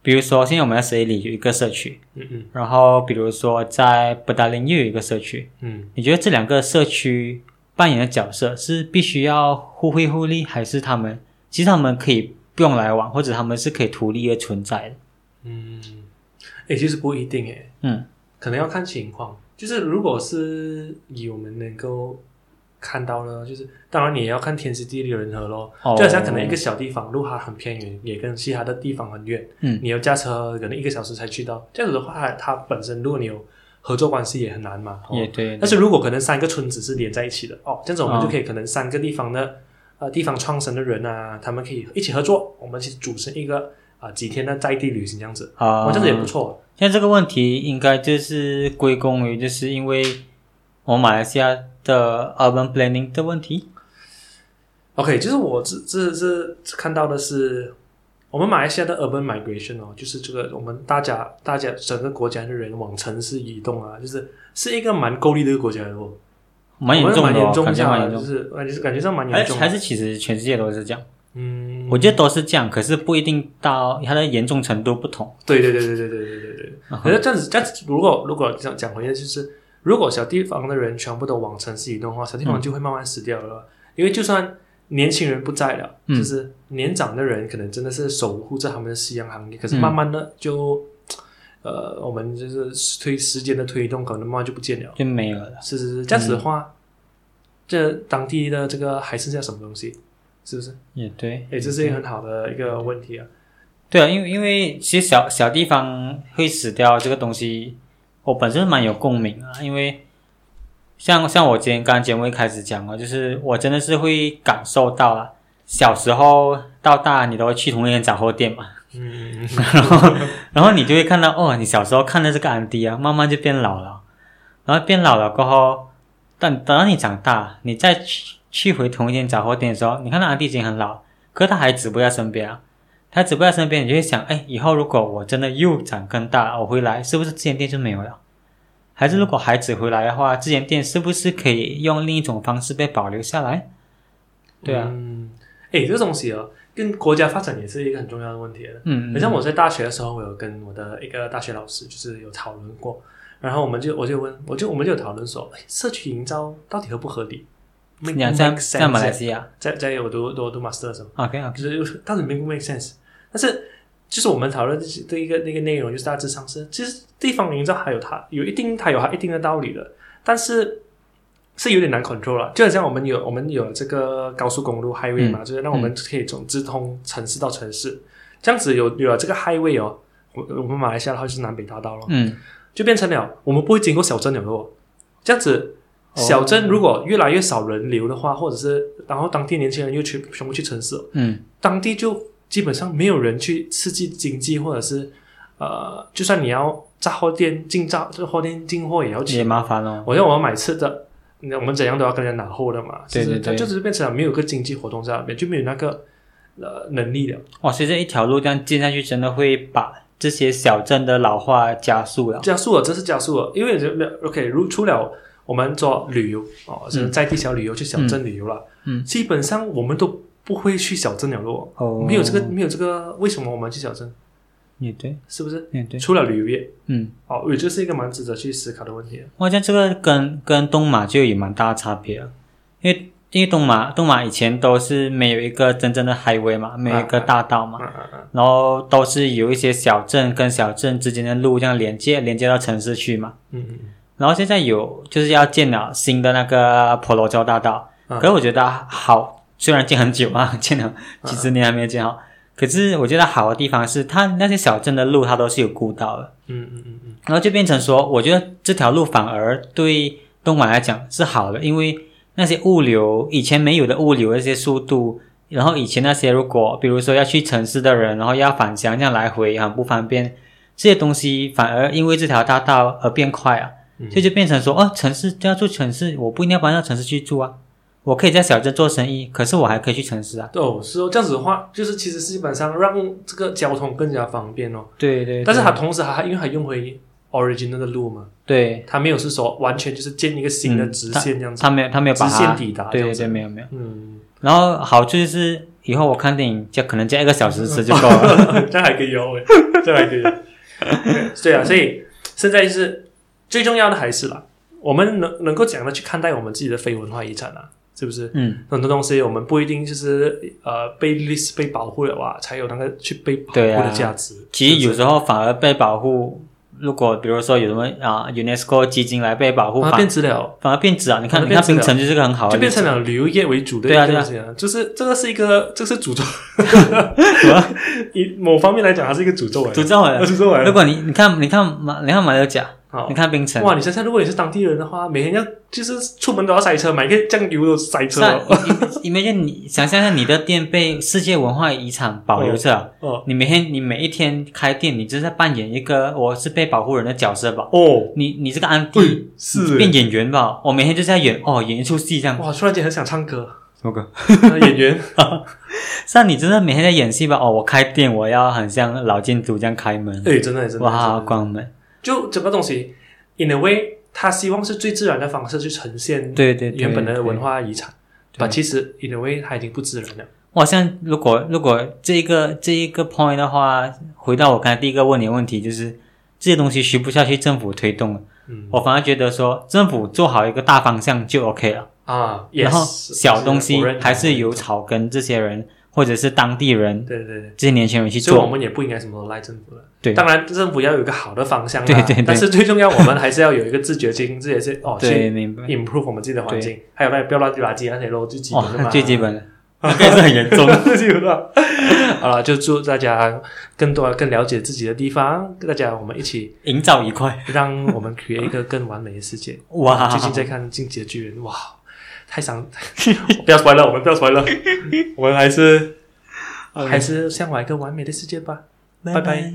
Speaker 2: 比如说现在我们在十一里有一个社区，
Speaker 1: 嗯嗯
Speaker 2: 然后比如说在布达林又有一个社区，
Speaker 1: 嗯，
Speaker 2: 你觉得这两个社区扮演的角色是必须要互惠互利，还是他们其实他们可以不用来往，或者他们是可以独立而存在的？
Speaker 1: 诶，其实不一定诶，
Speaker 2: 嗯
Speaker 1: 可能要看情况。就是如果是以我们能够看到呢，就是当然你也要看天时地利人和咯。
Speaker 2: 哦
Speaker 1: 就好像可能一个小地方，如果它很偏远，也跟其他的地方很远，
Speaker 2: 嗯
Speaker 1: 你要驾车可能一个小时才去到。这样子的话，它本身如果你有合作关系也很难嘛。哦
Speaker 2: 也对，
Speaker 1: 但是如果可能三个村子是连在一起的哦，这样子我们
Speaker 2: 哦
Speaker 1: 就可以可能三个地方的、呃地方创生的人啊，他们可以一起合作，我们去组成一个啊、几天的在地旅行这样子，
Speaker 2: 啊，
Speaker 1: 哦，这样子也不错。
Speaker 2: 像这个问题，应该就是归功于，就是因为我们马来西亚的 urban planning 的问题。
Speaker 1: OK，就是我这这这看到的是我们马来西亚的 urban migration 哦，就是这个我们大家大家整个国家的人往城市移动啊，就是是一个蛮够力的一个国家哦，
Speaker 2: 蛮严重
Speaker 1: 我们
Speaker 2: 的、
Speaker 1: 蛮
Speaker 2: 哦，
Speaker 1: 严重
Speaker 2: 感觉
Speaker 1: 下
Speaker 2: 蛮
Speaker 1: 来，
Speaker 2: 严
Speaker 1: 就
Speaker 2: 重。
Speaker 1: 是感觉感觉上蛮
Speaker 2: 还
Speaker 1: 严
Speaker 2: 是
Speaker 1: 重
Speaker 2: 还
Speaker 1: 的，
Speaker 2: 是其实全世界都是这样，
Speaker 1: 嗯，
Speaker 2: 我觉得都是这样，可是不一定到它的严重程度不同。
Speaker 1: 对对对对对对对对对。可是这样子，这样子，如果如果讲讲回来，就是如果小地方的人全部都往城市移动的话，小地方就会慢慢死掉了。因为就算年轻人不在了，
Speaker 2: 嗯
Speaker 1: 就是年长的人可能真的是守护着他们的夕阳行业，可是
Speaker 2: 嗯
Speaker 1: 慢慢的就，呃，我们就是推时间的推动，可能慢慢就不见了。
Speaker 2: 就没有了。
Speaker 1: 是是是，这样子的话，这当地的这个还剩下什么东西？是不是？
Speaker 2: 也对，
Speaker 1: 哎，这是一个很好的一个问题啊。
Speaker 2: 对啊，因为因为其实小小地方会死掉这个东西，我本身蛮有共鸣啊，因为像像我今天刚刚节目一开始讲哦，就是我真的是会感受到啊，小时候到大你都会去同一间杂货店嘛，
Speaker 1: 嗯，
Speaker 2: 然后 [laughs] 你就会看到哦，你小时候看的这个安迪啊，慢慢就变老了，然后变老了过后，等等到你长大，你再去去回同一间杂货店的时候，你看到安迪已经很老，可是他还止步在身边啊，他止步在身边，你就会想，哎，以后如果我真的又长更大，我回来是不是这间店就没有了？还是如果孩子回来的话，这间店是不是可以用另一种方式被保留下来？对啊
Speaker 1: 嗯，哎，这东西哦，跟国家发展也是一个很重要的问题了。
Speaker 2: 嗯，
Speaker 1: 很像我在大学的时候，我有跟我的一个大学老师就是有讨论过，然后我们就我就问，我就我们就有讨论说，哎，社区营造到底合不合理？Make
Speaker 2: 你讲在
Speaker 1: make
Speaker 2: 在马来
Speaker 1: sense？
Speaker 2: 西亚
Speaker 1: 在在我读我读 master 的时候，
Speaker 2: ，OK OK，
Speaker 1: 就是到底 make 不 make sense？但是就是我们讨论这这一个那个内容，就是大致上是，其实地方营造还有它有一定它有它一定的道理的，但是是有点难 control 了。就好像我们有我们有这个高速公路 highway 嘛，就是让我们可以从直通城市到城市，这样子有有了这个 highway 哦，我我们马来西亚的话就是南北大道咯，
Speaker 2: 嗯，
Speaker 1: 就变成了我们不会经过小镇了哦，这样子小镇如果越来越少人流的话，或者是然后当地年轻人又去全部去城市，
Speaker 2: 嗯，
Speaker 1: 当地就基本上没有人去刺激经济，或者是呃，就算你要杂货店进杂杂货店进货也要
Speaker 2: 也
Speaker 1: 钱。
Speaker 2: 麻烦哦。
Speaker 1: 我像我要买吃的，那我们怎样都要跟人家拿货的嘛，就
Speaker 2: 对
Speaker 1: 是
Speaker 2: 对对
Speaker 1: 它就是变成了没有个经济活动在那边，就没有那个呃能力了，
Speaker 2: 哇，所以这一条路这样建下去，真的会把这些小镇的老化加速了。
Speaker 1: 加速了，这是加速了，因为人 OK，如除了我们做旅游哦，就是
Speaker 2: 嗯
Speaker 1: 在地小旅游去小镇旅游了，
Speaker 2: 嗯
Speaker 1: 基本上我们都不会去小镇了咯。
Speaker 2: 哦，
Speaker 1: 没有这个，没有这个，为什么我们去小镇？
Speaker 2: 也对，
Speaker 1: 是不是？
Speaker 2: 也对，
Speaker 1: 除了旅游业，
Speaker 2: 嗯，
Speaker 1: 哦，我觉得是一个蛮值得去思考的问题。
Speaker 2: 哇，像这个跟跟东马就有蛮大的差别了，因为因为东马东马以前都是没有一个真正的 highway 嘛，没有一个大道嘛，
Speaker 1: 嗯嗯嗯，
Speaker 2: 然后都是有一些小镇跟小镇之间的路这样连接连接到城市去嘛，
Speaker 1: 嗯嗯
Speaker 2: 然后现在有就是要建了新的那个婆罗洲大道，
Speaker 1: 嗯
Speaker 2: 可是我觉得好，虽然建很久啊， [laughs] 建了几十年还没建好，可是我觉得好的地方是它那些小镇的路它都是有顾到的，
Speaker 1: 嗯嗯嗯嗯，
Speaker 2: 然后就变成说，我觉得这条路反而对东莞来讲是好的，因为那些物流以前没有的物流那些速度，然后以前那些如果比如说要去城市的人，然后要返乡这样来回嗯很不方便，这些东西反而因为这条大道而变快啊。
Speaker 1: 嗯
Speaker 2: 所以就变成说，哦，城市就要住城市，我不一定要搬到城市去住啊，我可以在小镇做生意，可是我还可以去城市啊。
Speaker 1: 哦，是哦，这样子的话，就是其实基本上让这个交通更加方便哦。
Speaker 2: 对对
Speaker 1: 但是它同时还因为还用回 original 的路嘛，
Speaker 2: 对，
Speaker 1: 它没有是说完全就是建一个
Speaker 2: 嗯
Speaker 1: 新的直线这样子，
Speaker 2: 他没有他没有把
Speaker 1: 直线
Speaker 2: 它，
Speaker 1: 啊抵达这
Speaker 2: 对
Speaker 1: 样
Speaker 2: 对
Speaker 1: 子。
Speaker 2: 对，没有没有。
Speaker 1: 嗯
Speaker 2: 然后好处就是以后我看电影加可能加一个小时吃就够
Speaker 1: [laughs]
Speaker 2: 了。
Speaker 1: 这样还可以哦，这样还可以。对啊，所以现在是最重要的还是啦，我们能能够怎样的去看待我们自己的非文化遗产啊？是不是？
Speaker 2: 嗯，
Speaker 1: 很多东西我们不一定就是呃被 list 被保护了哇，才有那个去被保护
Speaker 2: 对啊
Speaker 1: 的价值。
Speaker 2: 其实有时候反而被保护，如果比如说有什么啊 UNESCO 基金来被保护，
Speaker 1: 把
Speaker 2: 反
Speaker 1: 它变质了，
Speaker 2: 反而变质啊！你看，
Speaker 1: 反而
Speaker 2: 你
Speaker 1: 变
Speaker 2: 看
Speaker 1: 质了
Speaker 2: 冰城就是个很好的
Speaker 1: 就
Speaker 2: 例
Speaker 1: 变
Speaker 2: 子，
Speaker 1: 成了旅游业为主的一
Speaker 2: 对啊
Speaker 1: 个
Speaker 2: 对
Speaker 1: 东
Speaker 2: 啊
Speaker 1: 西啊，就是这个是一个这是诅
Speaker 2: [laughs]
Speaker 1: 咒， [laughs] 以某方面来讲，它是一个诅咒来的
Speaker 2: [laughs] 诅咒
Speaker 1: 啊 [laughs]
Speaker 2: 了。
Speaker 1: 诅咒来
Speaker 2: 如
Speaker 1: 的。
Speaker 2: 果你你看你看马你看马六甲，
Speaker 1: 好
Speaker 2: 你，看冰城，
Speaker 1: 哦哇！你想想，如果你是当地人的话，每天要就是出门都要塞车，买个酱油都塞车
Speaker 2: 是啊
Speaker 1: 哦。
Speaker 2: 你你你你想象一下，你的店被世界文化遗产保留着，
Speaker 1: 哦
Speaker 2: 你每天你每一天开店，你就是在扮演一个我是被保护人的角色吧？
Speaker 1: 哦，
Speaker 2: 你你这个安迪
Speaker 1: 对，是
Speaker 2: 嗯变演员吧？我每天就在演哦演一出戏这样。
Speaker 1: 哇！突然间很想唱歌，
Speaker 2: [laughs] 什么歌？
Speaker 1: 呃演员
Speaker 2: 像你真的每天在演戏吧？哦，我开店，我要很像老建筑这样开门，
Speaker 1: 哎，真的真的，
Speaker 2: 哇，
Speaker 1: 真的
Speaker 2: 关门，
Speaker 1: 就整个东西，in a way，他希望是最自然的方式去呈现
Speaker 2: 对对对，
Speaker 1: 原本的文
Speaker 2: 对。
Speaker 1: 化遗产，
Speaker 2: 对
Speaker 1: 但其实 in a way 它已经不自然了。
Speaker 2: 哇，像如果如果这一个这一个 point 的话，回到我刚才第一个问你的问题，就是这些东西需不需要去政府推动？
Speaker 1: 嗯
Speaker 2: 我反而觉得说，政府做好一个大方向就 OK 了，
Speaker 1: 啊，
Speaker 2: 然后
Speaker 1: yes，
Speaker 2: 小东
Speaker 1: 我
Speaker 2: 西
Speaker 1: 认同
Speaker 2: 还是由草根这些人或者是当地人
Speaker 1: 对对对。
Speaker 2: 这些年轻人去
Speaker 1: 所以我
Speaker 2: 做。
Speaker 1: 们也不应该什么都赖政府了。
Speaker 2: 对
Speaker 1: 当然政府要有一个好的方向啦。
Speaker 2: 对对对
Speaker 1: 但是最重要，我们还是要有一个自觉性，自觉性哦，去
Speaker 2: [laughs] 对，明白。
Speaker 1: improve 我们自己的环境。还有那不要乱丢垃圾那些咯，最基本的嘛。
Speaker 2: 哦，最基本的， [laughs] 那个是很严
Speaker 1: [laughs]
Speaker 2: 重。
Speaker 1: 自己了。好了，就祝大家更多、更了解自己的地方。大家，我们一起
Speaker 2: 营造愉快。
Speaker 1: 让我们 create 一个更完美的世
Speaker 2: [laughs]
Speaker 1: 界。
Speaker 2: 哇，
Speaker 1: 最近在看《进击的巨人》，哇，太伤！ [laughs] 不要摔了，我们不要摔了，我们还
Speaker 2: [laughs]
Speaker 1: 是还是向往一个完美的世界吧。拜拜